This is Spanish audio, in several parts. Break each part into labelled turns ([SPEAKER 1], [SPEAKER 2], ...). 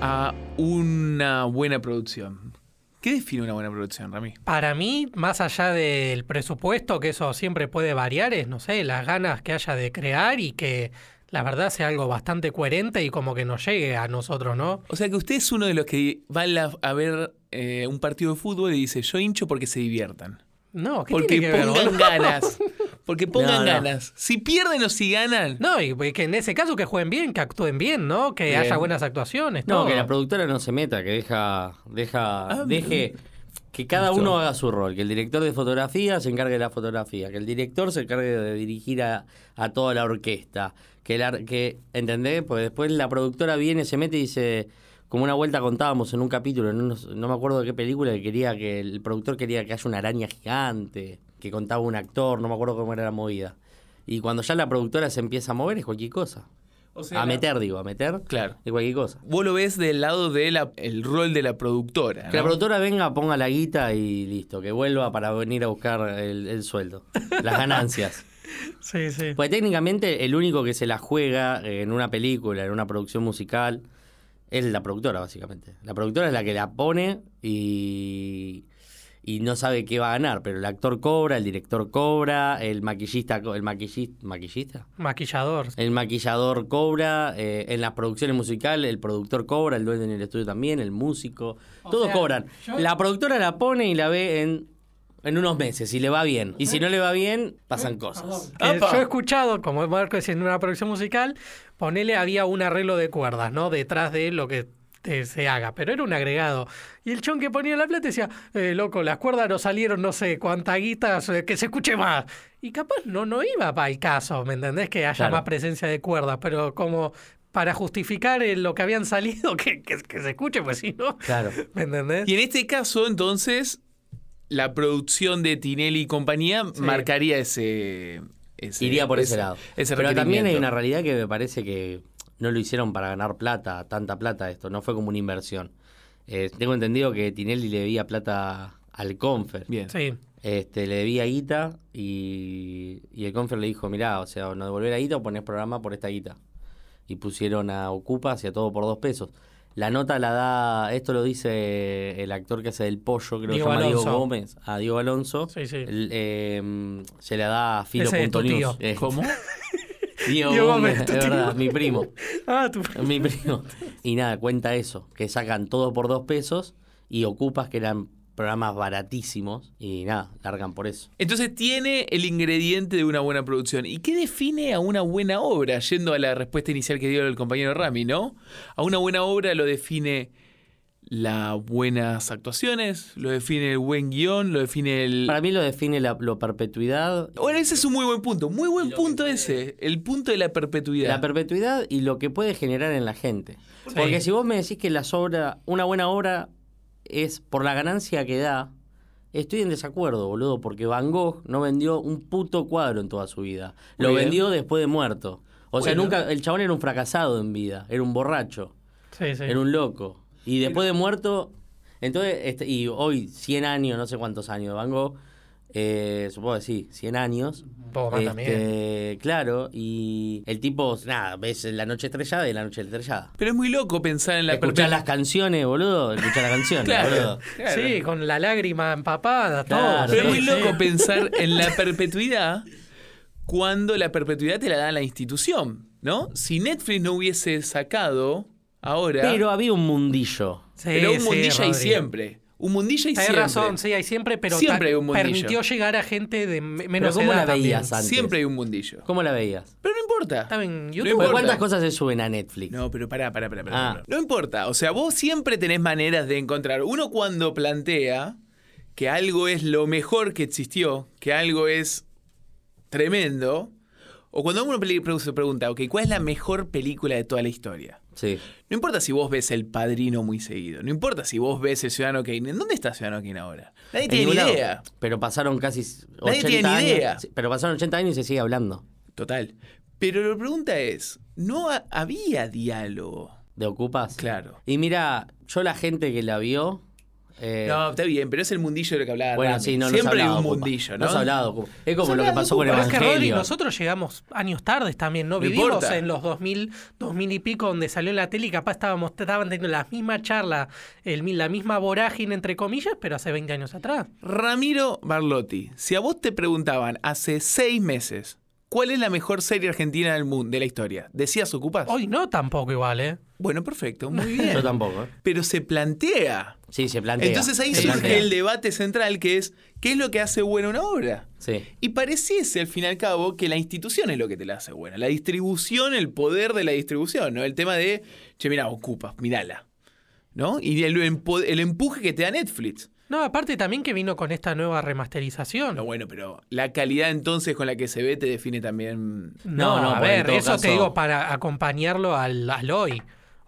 [SPEAKER 1] a una buena producción. ¿Qué define una buena producción, Rami?
[SPEAKER 2] Para mí, más allá del presupuesto, que eso siempre puede variar, es, no sé, las ganas que haya de crear y que la verdad sea algo bastante coherente y como que nos llegue a nosotros, ¿no?
[SPEAKER 1] O sea que usted es uno de los que van la- a ver eh, un partido de fútbol y dice, yo hincho porque se diviertan.
[SPEAKER 2] No, ¿qué
[SPEAKER 1] Porque
[SPEAKER 2] tiene que ver,
[SPEAKER 1] pongan
[SPEAKER 2] boludo?
[SPEAKER 1] ganas. Porque pongan
[SPEAKER 3] No, no.
[SPEAKER 1] ganas. Si pierden o si ganan.
[SPEAKER 2] No, y y que en ese caso que jueguen bien, que actúen bien, ¿no? Que
[SPEAKER 1] Bien.
[SPEAKER 2] haya buenas actuaciones.
[SPEAKER 3] No,
[SPEAKER 2] todo.
[SPEAKER 3] que la productora no se meta, que deja, deja, deje que cada uno haga su rol, que el director de fotografía se encargue de la fotografía, que el director se encargue de dirigir a, a toda la orquesta, que la, que, ¿entendés? Porque después la productora viene, se mete y dice, como una vuelta contábamos en un capítulo, en unos- no me acuerdo de qué película, que quería que el productor quería que haya una araña gigante, que contaba un actor, no me acuerdo cómo era la movida. Y cuando ya la productora se empieza a mover es cualquier cosa. Ah, a meter, digo, a meter.
[SPEAKER 1] Claro.
[SPEAKER 3] Es cualquier cosa.
[SPEAKER 1] Vos lo ves del lado del rol de la productora.
[SPEAKER 3] Que la
[SPEAKER 1] ¿no?
[SPEAKER 3] productora venga, ponga la guita y listo, que vuelva para venir a buscar el, el sueldo, las ganancias.
[SPEAKER 2] Sí, sí.
[SPEAKER 3] Porque técnicamente el único que se la juega eh, en una película, en una producción musical, es la productora, básicamente. La productora es la que la pone y, y no sabe qué va a ganar, pero el actor cobra, el director cobra, el maquillista, co- el maquillista, maquillista,
[SPEAKER 2] Maquillador.
[SPEAKER 3] el maquillador cobra, eh, en las producciones musicales el productor cobra, el dueño en el estudio también, el músico, todos
[SPEAKER 2] sea,
[SPEAKER 3] cobran.
[SPEAKER 2] yo-
[SPEAKER 3] La productora la pone y la ve en, en unos meses, si le va bien. Y si no le va bien,
[SPEAKER 2] Eh,
[SPEAKER 3] pasan cosas.
[SPEAKER 2] Que
[SPEAKER 1] ¡Apa!
[SPEAKER 2] yo he escuchado, como Marco decía, en una producción musical, ponele había un arreglo de cuerdas, ¿no? Detrás de lo que eh, se haga, pero era un agregado. Y el chon que ponía la plata decía, eh, loco, las cuerdas no salieron, no sé cuántas guitas, eh, que se escuche más. Y capaz no, no iba para el caso, ¿me entendés? Que haya
[SPEAKER 3] Claro.
[SPEAKER 2] más presencia de cuerdas, pero como para justificar eh, lo que habían salido, que, que- que se escuche, pues si no,
[SPEAKER 3] Claro.
[SPEAKER 2] ¿me entendés?
[SPEAKER 1] Y en este caso, entonces, la producción de Tinelli y compañía
[SPEAKER 2] Sí.
[SPEAKER 1] marcaría ese, ese-
[SPEAKER 3] Iría por ese, lado.
[SPEAKER 1] ese
[SPEAKER 3] Pero también hay
[SPEAKER 1] requerimiento.
[SPEAKER 3] una realidad que me parece que no lo hicieron para ganar plata, tanta plata esto, no fue como una inversión. Eh, tengo entendido que Tinelli le debía plata al Confer.
[SPEAKER 1] Bien.
[SPEAKER 2] Sí,
[SPEAKER 3] Este, le debía guita y, y el confer le dijo, mirá, o sea, o no devolver la guita o ponés programa por esta guita. Y pusieron a Ocupas y a todo por dos pesos. La nota la da, esto lo dice el actor que hace del pollo, creo que se
[SPEAKER 2] Diego
[SPEAKER 3] llama Diego
[SPEAKER 2] Alonso.
[SPEAKER 3] Gómez, a Diego Alonso.
[SPEAKER 2] Sí, sí.
[SPEAKER 3] El, eh, se la da a
[SPEAKER 2] Ese es tu
[SPEAKER 3] Filo.news.
[SPEAKER 2] tío.
[SPEAKER 3] Eh,
[SPEAKER 1] ¿Cómo?
[SPEAKER 3] Diego,
[SPEAKER 2] Diego
[SPEAKER 3] Gómez,
[SPEAKER 2] Gómez, tu
[SPEAKER 3] es
[SPEAKER 2] tío.
[SPEAKER 3] verdad, mi primo.
[SPEAKER 2] ah, tu-
[SPEAKER 3] Mi primo. Y nada, cuenta eso, que sacan todo por dos pesos y Ocupas, que eran programas baratísimos, y nada, largan por eso.
[SPEAKER 1] Entonces tiene el ingrediente de una buena producción. ¿Y qué define a una buena obra? Yendo a la respuesta inicial que dio el compañero Rami, ¿no? A una buena obra lo define las buenas actuaciones, lo define el buen guión, lo define el...
[SPEAKER 3] Para mí lo define la lo perpetuidad.
[SPEAKER 1] Bueno, ese es un muy buen punto, muy buen punto ese, el punto de la perpetuidad.
[SPEAKER 3] La perpetuidad y lo que puede generar en la gente. Porque si vos me decís que las obras, una buena obra es por la ganancia que da, estoy en desacuerdo, boludo, porque Van Gogh no vendió un puto cuadro en toda su vida.
[SPEAKER 1] Muy
[SPEAKER 3] Lo
[SPEAKER 1] bien.
[SPEAKER 3] vendió después de muerto. O sea,
[SPEAKER 1] Bueno.
[SPEAKER 3] nunca, el chabón era un fracasado en vida, era un borracho.
[SPEAKER 2] sí, sí.
[SPEAKER 3] Era un loco. Y después de muerto, entonces, este, y hoy, 100 años, no sé cuántos años de Van Gogh, eh, supongo que sí, 100 años.
[SPEAKER 2] Poco más también.
[SPEAKER 3] Este, claro, y el tipo, nada, ves la noche estrellada y la noche estrellada.
[SPEAKER 1] Pero es muy loco pensar en la
[SPEAKER 3] Escuchar
[SPEAKER 1] perpetuidad.
[SPEAKER 3] las canciones, boludo. Escuchar las canciones, boludo.
[SPEAKER 2] Sí, con la lágrima empapada, todo.
[SPEAKER 3] Claro,
[SPEAKER 1] Pero es muy
[SPEAKER 2] sí, sí.
[SPEAKER 1] loco pensar en la perpetuidad cuando la perpetuidad te la da la institución, ¿no? Si Netflix no hubiese sacado ahora,
[SPEAKER 3] Pero había un mundillo.
[SPEAKER 2] Sí,
[SPEAKER 1] pero un
[SPEAKER 2] sí,
[SPEAKER 1] mundilla y
[SPEAKER 2] Rodrigo.
[SPEAKER 1] siempre. Un mundilla y
[SPEAKER 2] Tenés
[SPEAKER 1] siempre.
[SPEAKER 2] razón, sí, hay siempre, pero
[SPEAKER 1] Siempre
[SPEAKER 2] ta-
[SPEAKER 1] hay un mundillo.
[SPEAKER 2] permitió llegar a gente de me-
[SPEAKER 3] Pero
[SPEAKER 2] menos
[SPEAKER 3] ¿cómo la
[SPEAKER 2] edad también.
[SPEAKER 3] veías antes?
[SPEAKER 1] Siempre hay un mundillo.
[SPEAKER 3] ¿Cómo la veías?
[SPEAKER 1] Pero no importa.
[SPEAKER 2] Estaba en
[SPEAKER 1] No
[SPEAKER 2] YouTube.
[SPEAKER 1] importa.
[SPEAKER 3] ¿Cuántas cosas se suben a Netflix?
[SPEAKER 1] No, pero pará, pará, pará. pará,
[SPEAKER 3] Ah.
[SPEAKER 1] pará. No importa. O sea, vos siempre tenés maneras de encontrar. Uno cuando plantea que algo es lo mejor que existió, que algo es tremendo, o cuando uno peli- pre- se pregunta, ok, ¿cuál es la mejor película de toda la historia?
[SPEAKER 3] Sí.
[SPEAKER 1] No importa si vos ves El Padrino muy seguido, no importa si vos ves El Ciudadano Kane. ¿En dónde está Ciudadano Kane ahora? Nadie
[SPEAKER 3] En
[SPEAKER 1] tiene
[SPEAKER 3] ningún lado.
[SPEAKER 1] idea.
[SPEAKER 3] Pero pasaron casi 80
[SPEAKER 1] Nadie tiene ni
[SPEAKER 3] años.
[SPEAKER 1] idea.
[SPEAKER 3] Sí, Pero pasaron 80 años y se sigue hablando.
[SPEAKER 1] Total. Pero la pregunta es, ¿no ha- había diálogo?
[SPEAKER 3] ¿De Ocupas?
[SPEAKER 1] Claro.
[SPEAKER 3] Y mira, yo la gente que la vio, Eh,
[SPEAKER 1] No, está bien, pero es el mundillo de lo que hablaba.
[SPEAKER 3] bueno,
[SPEAKER 1] Rami.
[SPEAKER 3] sí, no, no se ha
[SPEAKER 1] Siempre hay
[SPEAKER 3] hablado,
[SPEAKER 1] un
[SPEAKER 3] Cupa.
[SPEAKER 1] mundillo,
[SPEAKER 3] No
[SPEAKER 1] ¿no?
[SPEAKER 3] se ha hablado, Cupa. Es como
[SPEAKER 1] Se ha
[SPEAKER 3] lo que
[SPEAKER 1] hablado,
[SPEAKER 3] pasó con
[SPEAKER 1] Cupa.
[SPEAKER 2] Pero es que Rodri,
[SPEAKER 3] Evangelio.
[SPEAKER 2] nosotros llegamos años tardes también, ¿no?
[SPEAKER 1] No
[SPEAKER 2] Vivimos
[SPEAKER 1] importa.
[SPEAKER 2] en los 2000, 2000 y pico, donde salió en la tele y capaz estábamos, estaban teniendo la misma charla, el, mi- la misma vorágine, entre comillas, pero hace 20 años atrás.
[SPEAKER 1] Ramiro Barlotti, si a vos te preguntaban hace seis meses cuál es la mejor serie argentina del mundo, de la historia, decías Ocupas.
[SPEAKER 2] Hoy no tampoco igual, ¿eh?
[SPEAKER 1] Bueno, perfecto, muy bien.
[SPEAKER 3] Yo tampoco. ¿eh?
[SPEAKER 1] Pero se plantea.
[SPEAKER 3] Sí, se plantea.
[SPEAKER 1] Entonces ahí
[SPEAKER 3] se
[SPEAKER 1] surge
[SPEAKER 3] plantea.
[SPEAKER 1] el debate central que es, ¿qué es lo que hace buena una obra?
[SPEAKER 3] Sí.
[SPEAKER 1] Y pareciese al fin y al cabo que la institución es lo que te la hace buena. La distribución, el poder de la distribución, ¿no? El tema de, che, mira, ocupas, mirala. ¿No? Y el, empo- el empuje que te da Netflix.
[SPEAKER 2] No, aparte también que vino con esta nueva remasterización.
[SPEAKER 1] No, bueno, pero la calidad entonces con la que se ve te define también.
[SPEAKER 2] No,
[SPEAKER 3] No, no,
[SPEAKER 2] a
[SPEAKER 3] porque
[SPEAKER 2] ver,
[SPEAKER 3] en todo
[SPEAKER 2] eso te
[SPEAKER 3] caso-
[SPEAKER 2] digo para acompañarlo al, al hoy.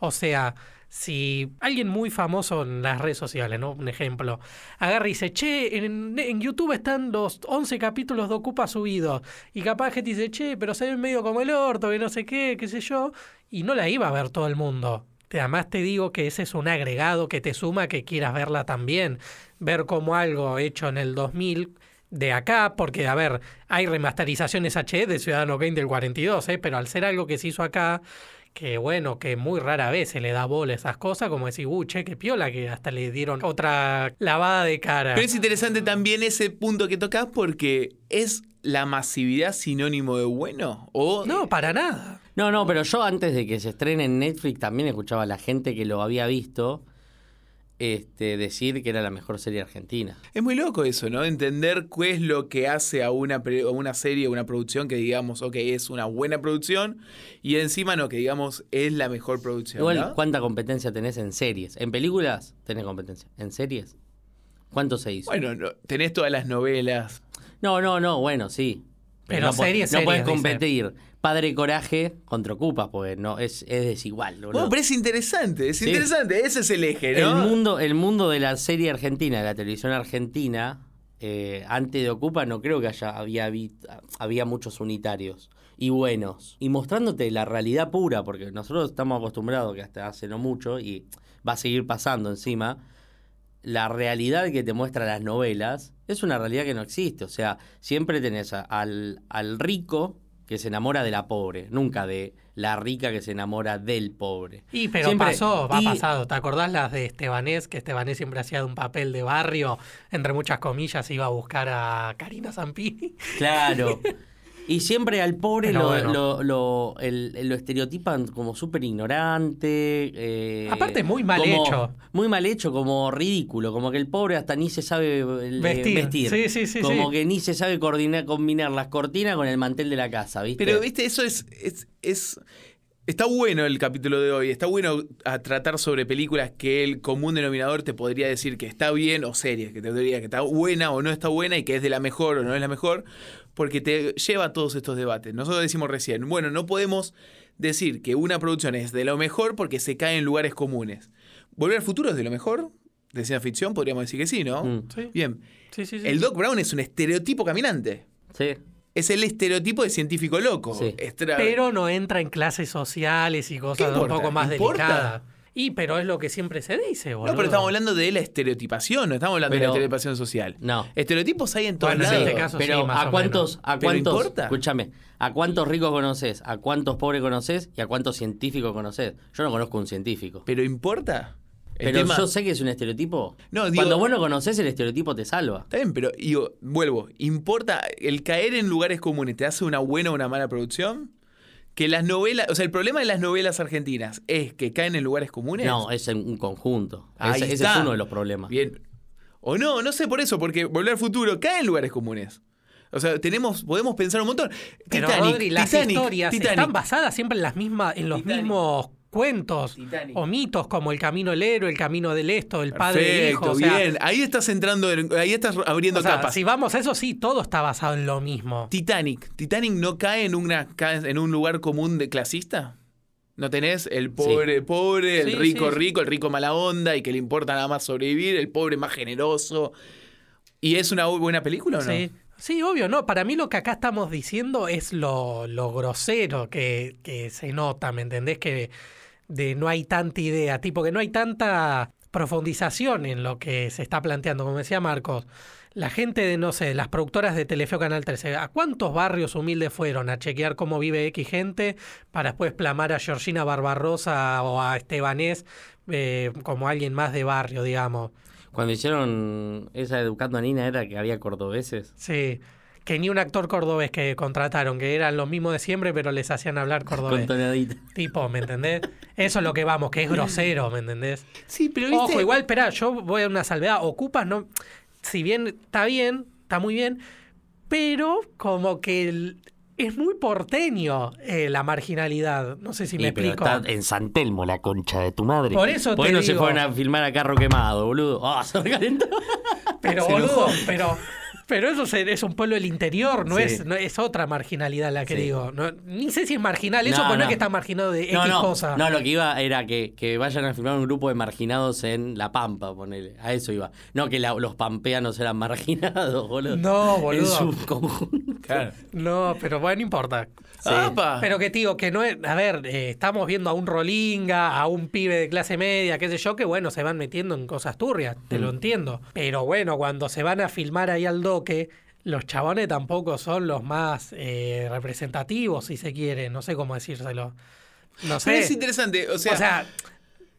[SPEAKER 2] O sea, si alguien muy famoso en las redes sociales, ¿no? Un ejemplo, agarra y dice, che, en, en YouTube están los 11 capítulos de Ocupa subidos. Y capaz que te dice, che, pero se ven medio como el orto, que no sé qué, qué sé yo. Y no la iba a ver todo el mundo. Te- Además te digo que ese es un agregado que te suma que quieras verla también. Ver como algo hecho en el 2000 de acá, porque, a ver, hay remasterizaciones HD de Ciudadano Kane del 42, ¿eh? pero al ser algo que se hizo acá, que bueno, que muy rara vez se le da bola a esas cosas, como decir, uh, che, qué piola, que hasta le dieron otra lavada de cara.
[SPEAKER 1] Pero es interesante también ese punto que tocas porque es la masividad sinónimo de bueno. O
[SPEAKER 2] No, para nada.
[SPEAKER 3] No, no, pero yo antes de que se estrene en Netflix también escuchaba a la gente que lo había visto este, decir que era la mejor serie argentina.
[SPEAKER 1] Es muy loco eso, ¿no? Entender qué es lo que hace a una, pre- a una serie, a una producción que digamos, ok, es una buena producción y encima no, que digamos es la mejor producción.
[SPEAKER 3] Igual,
[SPEAKER 1] ¿no?
[SPEAKER 3] ¿cuánta competencia tenés en series? En películas tenés competencia. ¿En series? ¿Cuánto se hizo?
[SPEAKER 1] Bueno, no, tenés todas las novelas.
[SPEAKER 3] No, no, no, bueno, sí.
[SPEAKER 2] Pero
[SPEAKER 3] no po-
[SPEAKER 2] series,
[SPEAKER 3] No
[SPEAKER 2] series,
[SPEAKER 3] podés
[SPEAKER 2] dice.
[SPEAKER 3] competir. Padre Coraje contra Ocupas, porque no, es, es desigual. boludo.
[SPEAKER 1] Bueno, pero es interesante, es
[SPEAKER 3] Sí.
[SPEAKER 1] interesante, ese es el eje,
[SPEAKER 3] el,
[SPEAKER 1] ¿no?
[SPEAKER 3] mundo, el mundo de la serie argentina, de la televisión argentina, eh, antes de Ocupa no creo que haya había, vi- había muchos unitarios y buenos. Y mostrándote la realidad pura, porque nosotros estamos acostumbrados que hasta hace no mucho, y va a seguir pasando encima, la realidad que te muestran las novelas es una realidad que no existe. O sea, siempre tenés a- al, al rico que se enamora de la pobre, nunca de la rica que se enamora del pobre.
[SPEAKER 2] Y pero
[SPEAKER 3] Siempre-
[SPEAKER 2] pasó, va
[SPEAKER 3] y-
[SPEAKER 2] pasado. ¿Te acordás las de Estebanés? Que Estebanés siempre hacía de un papel de barrio, entre muchas comillas, iba a buscar a Karina Zampini.
[SPEAKER 3] Claro. Y siempre al pobre
[SPEAKER 2] Pero
[SPEAKER 3] lo,
[SPEAKER 2] bueno.
[SPEAKER 3] lo- lo- el- lo estereotipan como súper ignorante. eh,
[SPEAKER 2] Aparte, muy mal
[SPEAKER 3] como-
[SPEAKER 2] hecho.
[SPEAKER 3] Muy mal hecho, como ridículo. Como que el pobre hasta ni se sabe eh,
[SPEAKER 2] Vestir.
[SPEAKER 3] vestir.
[SPEAKER 2] Sí, sí, sí,
[SPEAKER 3] Como
[SPEAKER 2] sí.
[SPEAKER 3] que ni se sabe coordinar, combinar las cortinas con el mantel de la casa, ¿viste?
[SPEAKER 1] Pero, viste, eso es, es, es- Está bueno el capítulo de hoy, está bueno a tratar sobre películas que el común denominador te podría decir que está bien o series, que te diría que está buena o no está buena y que es de la mejor o no es la mejor, porque te lleva a todos estos debates. Nosotros decimos recién, bueno, no podemos decir que una producción es de lo mejor porque se cae en lugares comunes. ¿Volver al futuro es de lo mejor? De ciencia ficción podríamos decir que sí, ¿no?
[SPEAKER 3] Mm.
[SPEAKER 2] Sí,
[SPEAKER 1] Bien,
[SPEAKER 2] sí, sí. sí.
[SPEAKER 1] el Doc Brown es un estereotipo caminante.
[SPEAKER 3] Sí.
[SPEAKER 1] Es el estereotipo de científico loco.
[SPEAKER 3] Sí.
[SPEAKER 1] Extra-
[SPEAKER 2] Pero no entra en clases sociales y
[SPEAKER 1] ¿Qué
[SPEAKER 2] cosas
[SPEAKER 1] importa?
[SPEAKER 2] un poco más
[SPEAKER 1] ¿Importa?
[SPEAKER 2] delicadas. Y pero es lo que siempre se dice, boludo.
[SPEAKER 1] No, pero estamos hablando de la estereotipación, no estamos hablando de la
[SPEAKER 3] Pero-
[SPEAKER 1] estereotipación social.
[SPEAKER 3] No.
[SPEAKER 1] Estereotipos hay en todos
[SPEAKER 2] Bueno, en
[SPEAKER 1] lados.
[SPEAKER 2] este caso- sí,
[SPEAKER 3] Pero
[SPEAKER 2] más o
[SPEAKER 3] ¿a cuántos, a
[SPEAKER 1] ¿Pero
[SPEAKER 3] cuántos,
[SPEAKER 1] importa?
[SPEAKER 3] escúchame, a cuántos ricos conoces, a cuántos pobres conoces y a cuántos científicos conoces? Yo no conozco un científico.
[SPEAKER 1] ¿Pero importa? El
[SPEAKER 3] Pero
[SPEAKER 1] tema-
[SPEAKER 3] yo sé que es un estereotipo.
[SPEAKER 1] No, digo-
[SPEAKER 3] Cuando vos lo conoces, el estereotipo te salva.
[SPEAKER 1] Está bien, pero digo, vuelvo. ¿Importa el caer en lugares comunes te hace una buena o una mala producción? Que las novelas, o sea, el problema de las novelas argentinas es que caen en lugares comunes.
[SPEAKER 3] No, es en un conjunto.
[SPEAKER 1] Ahí
[SPEAKER 3] Ese, ese
[SPEAKER 1] está.
[SPEAKER 3] es uno de los problemas.
[SPEAKER 1] Bien. O no, no sé por eso, porque volver al futuro cae en lugares comunes. O sea, tenemos, podemos pensar un montón.
[SPEAKER 2] Pero
[SPEAKER 1] Titanic,
[SPEAKER 2] Rodri, las
[SPEAKER 1] Titanic,
[SPEAKER 2] historias
[SPEAKER 1] Titanic.
[SPEAKER 2] están basadas siempre en las mismas, en los
[SPEAKER 1] Titanic.
[SPEAKER 2] mismos cuentos
[SPEAKER 1] Titanic.
[SPEAKER 2] o mitos como el camino del héroe, el camino del esto, el padre hijo.
[SPEAKER 1] Perfecto,
[SPEAKER 2] O sea,
[SPEAKER 1] bien. ahí estás entrando, en- ahí estás abriendo
[SPEAKER 2] o sea,
[SPEAKER 1] capas.
[SPEAKER 2] si vamos a eso, sí, todo está basado en lo mismo.
[SPEAKER 1] Titanic. Titanic no cae en, una, cae en un lugar común de clasista. No tenés el pobre, pobre, el
[SPEAKER 2] Sí,
[SPEAKER 1] rico,
[SPEAKER 2] sí.
[SPEAKER 1] rico, el rico mala onda y que le importa nada más sobrevivir, el pobre más generoso. ¿Y es una buena película o no?
[SPEAKER 2] Sí. Sí, obvio, no. Para mí lo que acá estamos diciendo es lo, lo grosero que, que se nota, ¿me entendés? Que de no hay tanta idea, tipo que no hay tanta profundización en lo que se está planteando. Como decía Marcos, la gente de, no sé, las productoras de Telefeo Canal 13, ¿a cuántos barrios humildes fueron a chequear cómo vive X gente para después plamar a Georgina Barbarosa o a Estebanés eh, como alguien más de barrio, digamos?
[SPEAKER 3] Cuando hicieron esa Educando a Nina era que había cordobeses.
[SPEAKER 2] Sí. Que ni un actor cordobés que contrataron, que eran los mismos de siempre, pero les hacían hablar
[SPEAKER 3] Con
[SPEAKER 2] cordobés.
[SPEAKER 3] tonadita.
[SPEAKER 2] Tipo, ¿me entendés? Eso es lo que vamos, que es grosero, ¿me entendés?
[SPEAKER 1] Sí, pero
[SPEAKER 2] Ojo, igual, esperá, yo voy a una salvedad. Ocupas, no. Si bien está bien, está muy bien, pero como que el- es muy porteño eh, la marginalidad. No sé si me
[SPEAKER 3] Y, pero
[SPEAKER 2] explico.
[SPEAKER 3] está en San Telmo, la concha de tu madre.
[SPEAKER 2] Por eso
[SPEAKER 3] ¿Por qué
[SPEAKER 2] te
[SPEAKER 3] no se
[SPEAKER 2] digo.
[SPEAKER 3] fueron a filmar a carro quemado, boludo? Ah, se recalentó.
[SPEAKER 2] Pero,
[SPEAKER 3] Se
[SPEAKER 2] boludo,
[SPEAKER 3] enojó.
[SPEAKER 2] pero. Pero eso se- es un pueblo del interior, no,
[SPEAKER 3] Sí.
[SPEAKER 2] es, no es otra marginalidad la que
[SPEAKER 3] Sí.
[SPEAKER 2] digo. No- ni sé si es marginal, eso
[SPEAKER 3] No,
[SPEAKER 2] poner
[SPEAKER 3] no.
[SPEAKER 2] que está marginado de
[SPEAKER 3] No,
[SPEAKER 2] X
[SPEAKER 3] no,
[SPEAKER 2] cosa.
[SPEAKER 3] no, lo que iba era que, que vayan a filmar un grupo de marginados en La Pampa, ponele. A eso iba. No que la- los pampeanos eran marginados, boludo.
[SPEAKER 2] No, boludo.
[SPEAKER 3] En su conjunto.
[SPEAKER 1] Claro.
[SPEAKER 2] No, pero bueno, no importa.
[SPEAKER 3] Sí.
[SPEAKER 1] ¡Apa!
[SPEAKER 2] Pero que te digo, que no es. A ver, eh, estamos viendo a un rolinga, a un pibe de clase media, qué sé yo, que bueno, se van metiendo en cosas turbias, te
[SPEAKER 1] Mm.
[SPEAKER 2] lo entiendo. Pero bueno, cuando se van a filmar ahí al doque, los chabones tampoco son los más eh, representativos, si se quiere, no sé cómo decírselo. No sé.
[SPEAKER 1] Pero es interesante, o sea,
[SPEAKER 2] o sea.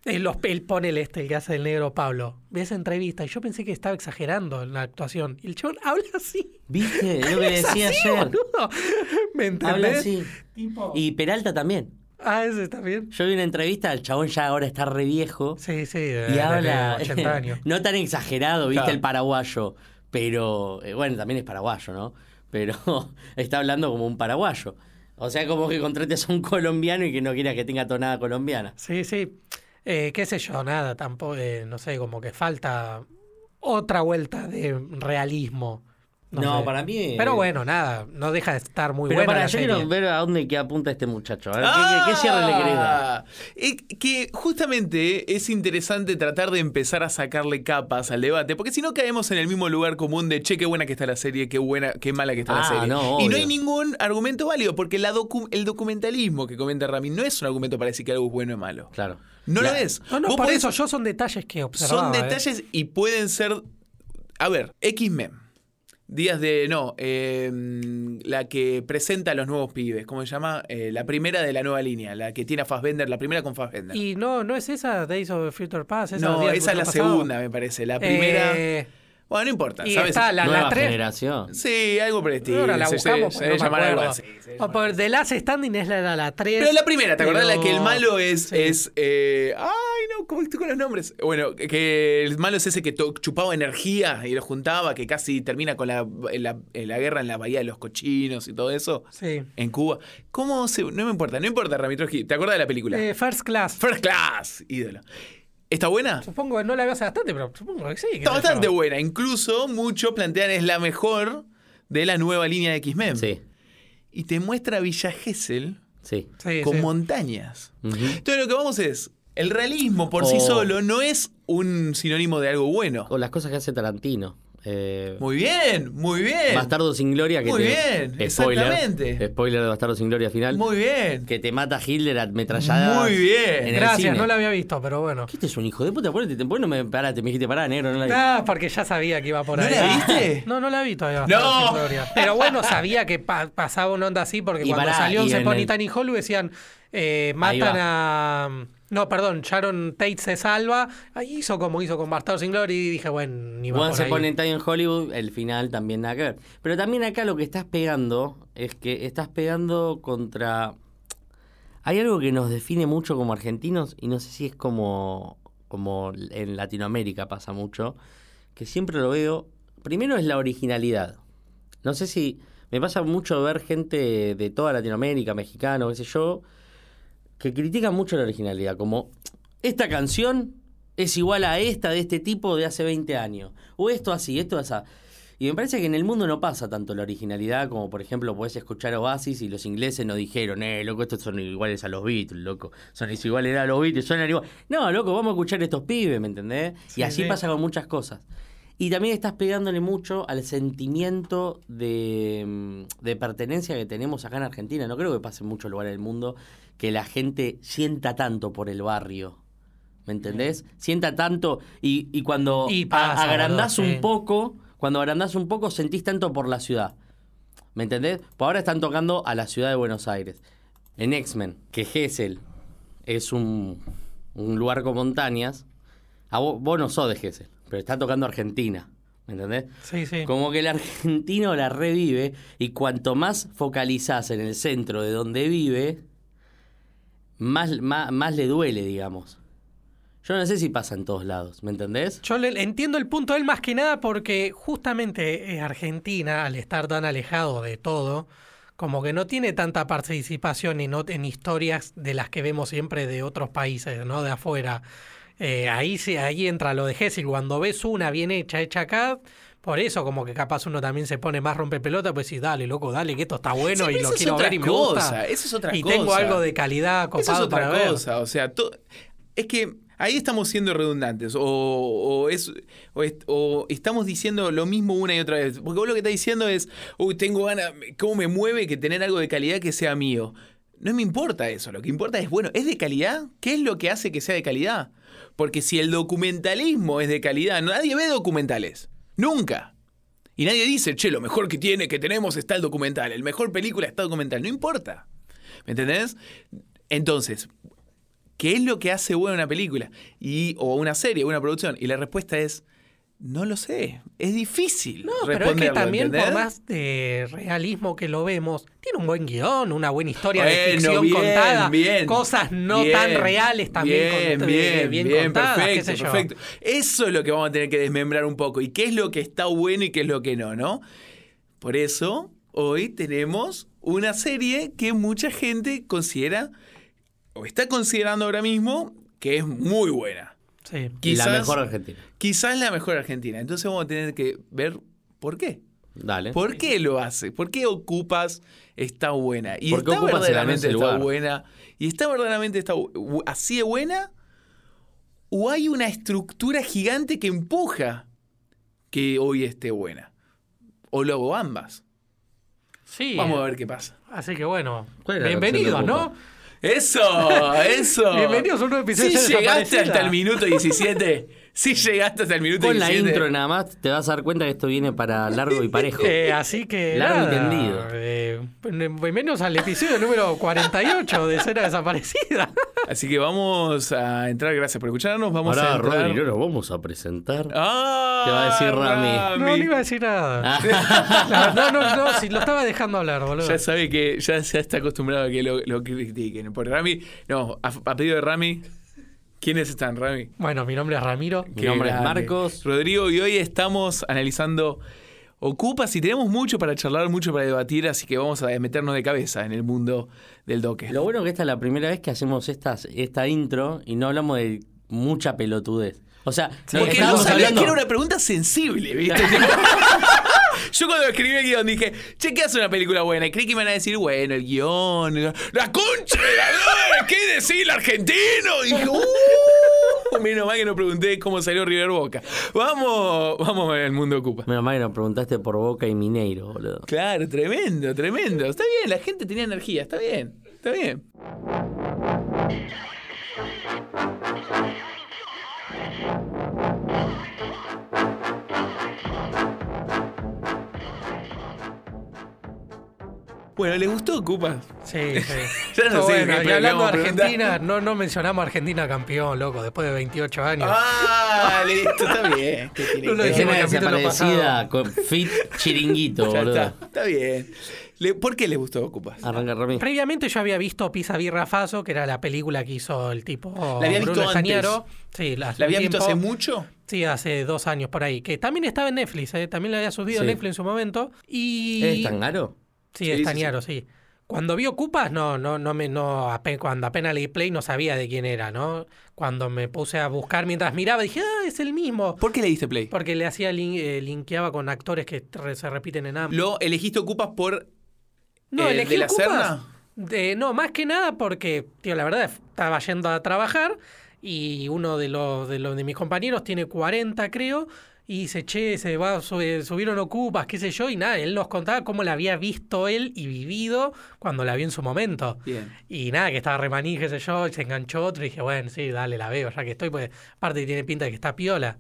[SPEAKER 2] El, los- el pone el este, el que hace el negro Pablo. Ve esa entrevista y yo pensé que estaba exagerando en la actuación. Y el chabón habla así.
[SPEAKER 3] ¿Viste? Es lo que
[SPEAKER 2] Es
[SPEAKER 3] decía
[SPEAKER 2] así,
[SPEAKER 3] ayer.
[SPEAKER 2] boludo. ¿Me
[SPEAKER 3] Habla
[SPEAKER 2] entendés?
[SPEAKER 3] así. Y Peralta también.
[SPEAKER 2] Ah, ese está bien.
[SPEAKER 3] Yo vi una entrevista, el chabón ya ahora está re viejo.
[SPEAKER 2] Sí, eh, sí, de,
[SPEAKER 3] y
[SPEAKER 2] de
[SPEAKER 3] habla.
[SPEAKER 2] 80 años.
[SPEAKER 3] no tan exagerado, viste,
[SPEAKER 1] Claro.
[SPEAKER 3] el paraguayo. Pero. eh, bueno, también es paraguayo, ¿no? Pero está hablando como un paraguayo. O sea, como que contrates a un colombiano y que no quieras que tenga tonada colombiana.
[SPEAKER 2] Sí, sí. Eh, qué sé yo, nada, tampoco, eh, no sé, como que falta otra vuelta de realismo. No,
[SPEAKER 3] No,
[SPEAKER 2] sé.
[SPEAKER 3] para mí.
[SPEAKER 2] Pero bueno, nada, no deja de estar muy
[SPEAKER 3] Pero
[SPEAKER 2] buena
[SPEAKER 3] para,
[SPEAKER 2] la
[SPEAKER 3] yo
[SPEAKER 2] serie.
[SPEAKER 3] quiero ver a dónde que apunta este muchacho. A ver, ¿qué-
[SPEAKER 1] Ah,
[SPEAKER 3] ¿qué, qué cierre le
[SPEAKER 2] Ah.
[SPEAKER 3] querés dar?
[SPEAKER 1] eh, que justamente es interesante tratar de empezar a sacarle capas al debate, porque si no caemos en el mismo lugar común de che, qué buena que está la serie, qué buena, qué mala que está la
[SPEAKER 3] Ah,
[SPEAKER 1] serie.
[SPEAKER 3] no,
[SPEAKER 1] y no
[SPEAKER 3] obvio.
[SPEAKER 1] hay ningún argumento válido, porque la docu- el documentalismo que comenta Rami no es un argumento para decir que algo es bueno o malo.
[SPEAKER 3] Claro.
[SPEAKER 1] No
[SPEAKER 3] La-
[SPEAKER 1] lo es.
[SPEAKER 2] No, no,
[SPEAKER 1] Vos
[SPEAKER 2] por
[SPEAKER 1] podés-
[SPEAKER 2] eso yo son detalles que observaba.
[SPEAKER 1] son
[SPEAKER 2] ¿eh?
[SPEAKER 1] detalles y pueden ser. A ver, X-Men. Días de. No, eh, la que presenta a los nuevos pibes. ¿Cómo se llama? Eh, la primera de la nueva línea. La que tiene a Fassbender, la primera con Fassbender.
[SPEAKER 2] Y no, no es esa Days of Future Past. Esa
[SPEAKER 1] no,
[SPEAKER 2] Días del
[SPEAKER 1] esa es la
[SPEAKER 2] Futuro Pasado.
[SPEAKER 1] segunda, me parece. La primera.
[SPEAKER 2] Eh,
[SPEAKER 1] bueno, no importa,
[SPEAKER 2] y
[SPEAKER 1] ¿sabes?
[SPEAKER 2] está la,
[SPEAKER 3] Nueva
[SPEAKER 2] la tres.
[SPEAKER 3] generación.
[SPEAKER 1] Sí, algo por el estilo.
[SPEAKER 2] Ahora la
[SPEAKER 1] se- se-
[SPEAKER 2] buscamos,
[SPEAKER 1] se
[SPEAKER 2] porque
[SPEAKER 1] debe
[SPEAKER 2] no me
[SPEAKER 1] llamar algo
[SPEAKER 2] acuerdo.
[SPEAKER 1] así, se debe
[SPEAKER 2] O
[SPEAKER 1] llamar
[SPEAKER 2] por The Last Standing es la, la, la 3.
[SPEAKER 1] Pero la primera, ¿te acordás? La que el malo es.
[SPEAKER 2] sí.
[SPEAKER 1] es eh, ay, no, ¿cómo estoy con los nombres? Bueno, que el malo es ese que to- chupaba energía y lo juntaba, que casi termina con la, la- la guerra en la Bahía de los Cochinos y todo eso,
[SPEAKER 2] Sí.
[SPEAKER 1] en Cuba. ¿Cómo se.? No me importa, no importa, Ramitroski. ¿Te acordás de la película?
[SPEAKER 2] Eh, first Class.
[SPEAKER 1] First Class, ídolo. ¿Está buena?
[SPEAKER 2] Supongo que no la veo hace bastante, pero supongo que sí. qué sé
[SPEAKER 1] Está
[SPEAKER 2] yo.
[SPEAKER 1] bastante buena. Incluso muchos plantean es la mejor de la nueva línea de X-Men.
[SPEAKER 3] Sí,
[SPEAKER 1] Y te muestra Villa Gesell
[SPEAKER 3] sí.
[SPEAKER 2] Sí,
[SPEAKER 1] con
[SPEAKER 2] sí.
[SPEAKER 1] montañas.
[SPEAKER 3] Ujú.
[SPEAKER 1] Entonces lo que vamos es, el realismo por sí
[SPEAKER 2] Oh.
[SPEAKER 3] O-
[SPEAKER 1] solo no es un sinónimo de algo bueno.
[SPEAKER 3] O las cosas que hace Tarantino. Eh,
[SPEAKER 1] Muy bien, muy bien.
[SPEAKER 3] Bastardo sin Gloria. Que
[SPEAKER 1] Muy
[SPEAKER 3] te-
[SPEAKER 1] bien,
[SPEAKER 3] spoiler,
[SPEAKER 1] exactamente.
[SPEAKER 3] Spoiler de Bastardo sin Gloria final.
[SPEAKER 1] Muy bien.
[SPEAKER 3] que te mata Hitler ametrallada.
[SPEAKER 1] Muy bien.
[SPEAKER 3] En el
[SPEAKER 2] Gracias,
[SPEAKER 3] cine.
[SPEAKER 2] no la había visto, pero bueno.
[SPEAKER 3] ¿Qué este es un hijo de puta? Ponete, te- vos no me paraste, me dijiste pará, negro, no la vi".
[SPEAKER 2] Ah, porque ya sabía que iba por
[SPEAKER 1] ¿No
[SPEAKER 2] ahí.
[SPEAKER 1] la
[SPEAKER 2] Ah.
[SPEAKER 1] viste?
[SPEAKER 2] No, no la vi todavía.
[SPEAKER 1] ¡No!
[SPEAKER 2] Bastardo sin Gloria. Pero bueno, sabía que pa- pasaba una onda así porque
[SPEAKER 3] Y
[SPEAKER 2] cuando
[SPEAKER 3] pará,
[SPEAKER 2] salió
[SPEAKER 3] y
[SPEAKER 2] Se
[SPEAKER 3] en
[SPEAKER 2] pone
[SPEAKER 3] el-
[SPEAKER 2] Tiny Hall decían eh, matan a. No, perdón, Sharon Tate se salva. Ahí hizo como hizo con Bastardo sin Gloria y dije, bueno, ni va
[SPEAKER 3] Once
[SPEAKER 2] por
[SPEAKER 3] se
[SPEAKER 2] ahí.
[SPEAKER 3] pone en Time en Hollywood, el final también nada que ver. Pero también acá lo que estás pegando es que estás pegando contra. Hay algo que nos define mucho como argentinos, y no sé si es como, como en Latinoamérica pasa mucho, que siempre lo veo. Primero es la originalidad. No sé si. Me pasa mucho ver gente de toda Latinoamérica, mexicano, qué sé yo, que critican mucho la originalidad, como esta canción es igual a esta de este tipo de hace 20 años, o esto así, esto así. Y me parece que en el mundo no pasa tanto la originalidad como, por ejemplo, podés escuchar Oasis y los ingleses no dijeron, eh, loco, estos son iguales a los Beatles, loco, son iguales a los Beatles, son iguales. No, loco, vamos a escuchar a estos pibes, ¿me entendés?
[SPEAKER 2] Sí,
[SPEAKER 3] y así
[SPEAKER 2] sí.
[SPEAKER 3] pasa con muchas cosas. Y también estás pegándole mucho al sentimiento de, mm, de pertenencia que tenemos acá en Argentina. No creo que pase en muchos lugares del mundo que la gente sienta tanto por el barrio. ¿Me entendés? Sienta tanto y, y cuando
[SPEAKER 2] Y
[SPEAKER 3] a-
[SPEAKER 2] pasa,
[SPEAKER 3] agrandás
[SPEAKER 2] boludo, sí.
[SPEAKER 3] un poco, cuando agrandás un poco, sentís tanto por la ciudad. ¿Me entendés? Pues ahora están tocando a la ciudad de Buenos Aires. En X-Men, que Gesell es un, un lugar con montañas. A vos, vos no sos de Gesell, pero está tocando Argentina. ¿Me entendés?
[SPEAKER 2] Sí, sí.
[SPEAKER 3] Como que el argentino la revive y cuanto más focalizás en el centro de donde vive, más, más, más le duele, digamos. Yo no sé si pasa en todos lados, ¿me entendés?
[SPEAKER 2] Yo le- entiendo el punto de él más que nada porque justamente eh, Argentina, al estar tan alejado de todo, como que no tiene tanta participación en, ot- en historias de las que vemos siempre de otros países, ¿no? De afuera. Eh, ahí, se, ahí entra lo de Hessel. Cuando ves una bien hecha, hecha acá, por eso como que capaz uno también se pone más rompepelota, pues sí, dale, loco, dale, que esto está bueno
[SPEAKER 1] Sí, pero
[SPEAKER 2] y lo
[SPEAKER 1] eso es
[SPEAKER 2] quiero
[SPEAKER 1] otra
[SPEAKER 2] ver y me
[SPEAKER 1] cosa,
[SPEAKER 2] gusta.
[SPEAKER 1] eso es otra
[SPEAKER 2] y tengo
[SPEAKER 1] cosa.
[SPEAKER 2] algo de calidad copado
[SPEAKER 1] Esa es otra
[SPEAKER 2] para ver.
[SPEAKER 1] cosa, o sea, to- es que ahí estamos siendo redundantes, o, o es, o, es- o estamos diciendo lo mismo una y otra vez. Porque vos lo que estás diciendo es, uy, tengo ganas, ¿cómo me mueve que tener algo de calidad que sea mío? No me importa eso, lo que importa es, bueno, ¿es de calidad? ¿Qué es lo que hace que sea de calidad? Porque si el documentalismo es de calidad, nadie ve documentales, nunca. Y nadie dice, che, lo mejor que tiene, que tenemos está el documental, el mejor película está el documental, no importa. ¿Me entendés? Entonces, ¿qué es lo que hace buena una película? Y, o una serie, una producción. Y la respuesta es, no lo sé. Es difícil
[SPEAKER 2] No, pero es
[SPEAKER 1] responderlo,
[SPEAKER 2] que también por
[SPEAKER 1] ¿entendés?
[SPEAKER 2] más de realismo que lo vemos, tiene un buen guión, una buena historia de
[SPEAKER 1] Bueno,
[SPEAKER 2] ficción
[SPEAKER 1] bien,
[SPEAKER 2] contada,
[SPEAKER 1] bien,
[SPEAKER 2] cosas no
[SPEAKER 1] bien,
[SPEAKER 2] tan reales también
[SPEAKER 1] bien,
[SPEAKER 2] cont- eh,
[SPEAKER 1] bien,
[SPEAKER 2] bien
[SPEAKER 1] bien,
[SPEAKER 2] contadas,
[SPEAKER 1] perfecto,
[SPEAKER 2] qué sé yo.
[SPEAKER 1] perfecto. Eso es lo que vamos a tener que desmembrar un poco. ¿Y qué es lo que está bueno y qué es lo que no, no? Por eso, hoy tenemos una serie que mucha gente considera o está considerando ahora mismo que es muy buena.
[SPEAKER 2] Sí.
[SPEAKER 1] Quizás,
[SPEAKER 3] La mejor Argentina.
[SPEAKER 1] quizás la mejor Argentina. Entonces vamos a tener que ver por qué.
[SPEAKER 3] Dale.
[SPEAKER 1] ¿Por qué lo hace? ¿Por qué ocupas está buena? Y
[SPEAKER 3] ¿Por qué
[SPEAKER 1] está
[SPEAKER 3] ocupas el
[SPEAKER 1] verdaderamente
[SPEAKER 3] ese
[SPEAKER 1] está
[SPEAKER 3] lugar?
[SPEAKER 1] buena. Y está verdaderamente está bu- bu- así de buena. O hay una estructura gigante que empuja que hoy esté buena. O luego ambas.
[SPEAKER 2] Sí,
[SPEAKER 1] Vamos a ver qué pasa.
[SPEAKER 2] así que bueno,
[SPEAKER 3] ¿Cuál era la
[SPEAKER 2] bienvenidos,
[SPEAKER 3] canción de
[SPEAKER 2] ¿no?
[SPEAKER 3] Copa?
[SPEAKER 1] Eso, eso.
[SPEAKER 2] Bienvenidos a un nuevo episodio
[SPEAKER 1] Si
[SPEAKER 2] de
[SPEAKER 1] Oh. llegaste
[SPEAKER 2] Desaparecida.
[SPEAKER 1] hasta el minuto 17, si llegaste hasta el minuto
[SPEAKER 3] Con la
[SPEAKER 1] 17.
[SPEAKER 3] intro nada más te vas a dar cuenta que esto viene para largo y parejo.
[SPEAKER 2] Eh, así que
[SPEAKER 3] Largo
[SPEAKER 2] nada,
[SPEAKER 3] y tendido.
[SPEAKER 2] eh, bienvenidos al episodio número 48 de Cena Desaparecida.
[SPEAKER 1] Así que vamos a entrar. Gracias por escucharnos. Vamos a
[SPEAKER 3] Ahora,
[SPEAKER 1] entrar.
[SPEAKER 3] Rodri, no nos vamos a presentar.
[SPEAKER 1] Ah,
[SPEAKER 3] Te va a decir Rami.
[SPEAKER 2] No, no iba a decir nada. No, no, no, si lo estaba dejando hablar, boludo.
[SPEAKER 1] Ah. Ya sabe que ya, ya está acostumbrado a que lo, lo critiquen. Por Rami, no, a, a pedido de Rami, ¿quiénes están, Rami?
[SPEAKER 2] Bueno, mi nombre es Ramiro.
[SPEAKER 3] Mi
[SPEAKER 1] Qué
[SPEAKER 3] nombre es Marcos.
[SPEAKER 1] Rodrigo, y hoy estamos analizando Ocupas y tenemos mucho para charlar, mucho para debatir, así que vamos a meternos de cabeza en el mundo del doque.
[SPEAKER 3] Lo bueno que esta es la primera vez que hacemos estas, esta intro y no hablamos de mucha pelotudez. O sea,
[SPEAKER 2] Sí,
[SPEAKER 3] no-
[SPEAKER 1] Porque no
[SPEAKER 2] estábamos
[SPEAKER 1] sabía
[SPEAKER 2] hablando-
[SPEAKER 1] que era una pregunta sensible, ¿viste? Yo cuando escribí el guión dije, che, ¿qué hace una película buena? Y creí que me iban a decir, bueno, el guión. el- ¡La concha de la lora! ¿Qué decir el argentino? Y dije, ¡uh! Menos mal que no pregunté cómo salió River Boca. Vamos, vamos al mundo ocupa.
[SPEAKER 3] Menos mal que nos preguntaste por Boca y Mineiro, boludo.
[SPEAKER 1] Claro, tremendo, tremendo. Está bien, la gente tenía energía, está bien, está bien. Bueno, ¿les gustó Ocupa?
[SPEAKER 2] Sí, sí.
[SPEAKER 1] Ya no
[SPEAKER 2] Pero
[SPEAKER 1] sé
[SPEAKER 2] bueno,
[SPEAKER 1] qué
[SPEAKER 2] y hablando
[SPEAKER 1] preguntamos,
[SPEAKER 2] de
[SPEAKER 1] preguntá.
[SPEAKER 2] Argentina, no, no mencionamos a Argentina campeón, loco, después de 28 años.
[SPEAKER 1] Ah, listo, está bien. ¿Qué tiene
[SPEAKER 2] No lo
[SPEAKER 1] que ver?
[SPEAKER 2] dijimos en
[SPEAKER 3] Escena
[SPEAKER 2] el capítulo
[SPEAKER 3] desaparecida
[SPEAKER 2] pasado.
[SPEAKER 3] con fit chiringuito,
[SPEAKER 1] Ya
[SPEAKER 3] boludo.
[SPEAKER 1] está, está bien. Le- ¿Por qué les gustó Ocupa?
[SPEAKER 3] Arranca Rami.
[SPEAKER 2] Previamente yo había visto Pisa Birra Faso, que era la película que hizo el tipo
[SPEAKER 1] La había
[SPEAKER 2] Bruno
[SPEAKER 1] visto antes.
[SPEAKER 2] Estañaro. Sí, la, hace
[SPEAKER 1] ¿La
[SPEAKER 2] un
[SPEAKER 1] habías visto
[SPEAKER 2] tiempo.
[SPEAKER 1] hace mucho?
[SPEAKER 2] Sí, hace dos años por ahí. Que también estaba en Netflix, ¿eh? también la había subido
[SPEAKER 3] Sí.
[SPEAKER 2] en Netflix en su momento. Y...
[SPEAKER 3] ¿Es Tangaro?
[SPEAKER 1] Sí,
[SPEAKER 2] Sí,
[SPEAKER 1] sí,
[SPEAKER 2] Estañaro, sí, Cuando vi Ocupas, no, no, no me, no, ape- cuando apenas leí play no sabía de quién era, ¿no? Cuando me puse a buscar mientras miraba, dije, ah, es el mismo.
[SPEAKER 1] ¿Por qué le diste play?
[SPEAKER 2] Porque le hacía lin- eh, linkeaba con actores que re- se repiten en ambos.
[SPEAKER 1] ¿Lo elegiste Ocupas por
[SPEAKER 2] no,
[SPEAKER 1] eh,
[SPEAKER 2] elegí
[SPEAKER 1] de la
[SPEAKER 2] Ocupas.
[SPEAKER 1] Serna?
[SPEAKER 2] de- no, más que nada porque, tío, la verdad, estaba yendo a trabajar y uno de los, de los de mis compañeros tiene 40, creo, y dice, che, se va, sube- subieron ocupas, qué sé yo, y nada, él nos contaba cómo la había visto él y vivido cuando la vio en su momento.
[SPEAKER 1] Bien.
[SPEAKER 2] Y nada, que estaba remaní, qué sé yo, y se enganchó otro, y dije, bueno, sí, dale, la veo, ya que estoy, pues aparte tiene pinta de que está piola.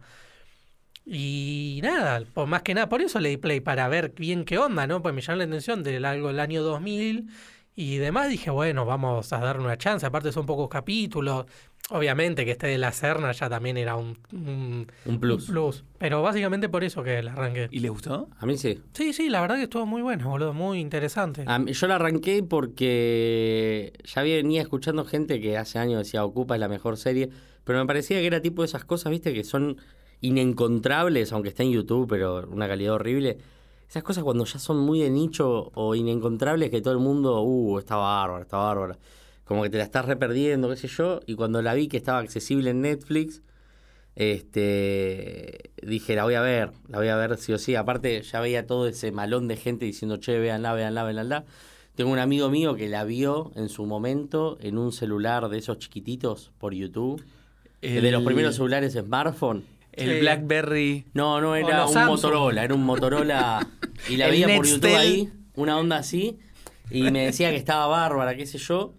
[SPEAKER 2] Y nada, por más que nada, por eso le di play, para ver bien qué onda, ¿no? Pues me llamó la atención del algo del año 2000 y demás. Dije, bueno, vamos a dar una chance. Aparte, son pocos capítulos. Obviamente que este de la Serna ya también era un, un-
[SPEAKER 3] Un plus.
[SPEAKER 2] un plus. Pero básicamente por eso que la arranqué.
[SPEAKER 1] ¿Y les gustó?
[SPEAKER 3] A mí sí.
[SPEAKER 2] Sí, sí, la verdad que estuvo muy bueno, boludo, muy interesante.
[SPEAKER 1] Ah,
[SPEAKER 3] A mí- yo la arranqué porque ya venía escuchando gente que hace años decía Ocupa es la mejor serie, pero me parecía que era tipo de esas cosas, viste, que son inencontrables, aunque está en YouTube, pero una calidad horrible. Esas cosas cuando ya son muy de nicho o inencontrables que todo el mundo, uh, está bárbara, está bárbara. Como que te la estás reperdiendo, qué sé yo. Y cuando la vi que estaba accesible en Netflix, este, dije, la voy a ver, la voy a ver sí o sí. Aparte, ya veía todo ese malón de gente diciendo, che, véanla, véanla, véanla. Tengo un amigo mío que la vio en su momento en un celular de esos chiquititos por YouTube. De los primeros celulares smartphone.
[SPEAKER 1] El
[SPEAKER 2] Sí.
[SPEAKER 1] Blackberry.
[SPEAKER 3] No, no, era
[SPEAKER 2] los
[SPEAKER 3] un
[SPEAKER 2] Samsung.
[SPEAKER 3] Motorola, era un Motorola. y la
[SPEAKER 1] El
[SPEAKER 3] veía por
[SPEAKER 1] Nextel.
[SPEAKER 3] YouTube ahí, una onda así. Y me decía que estaba bárbara, qué sé yo.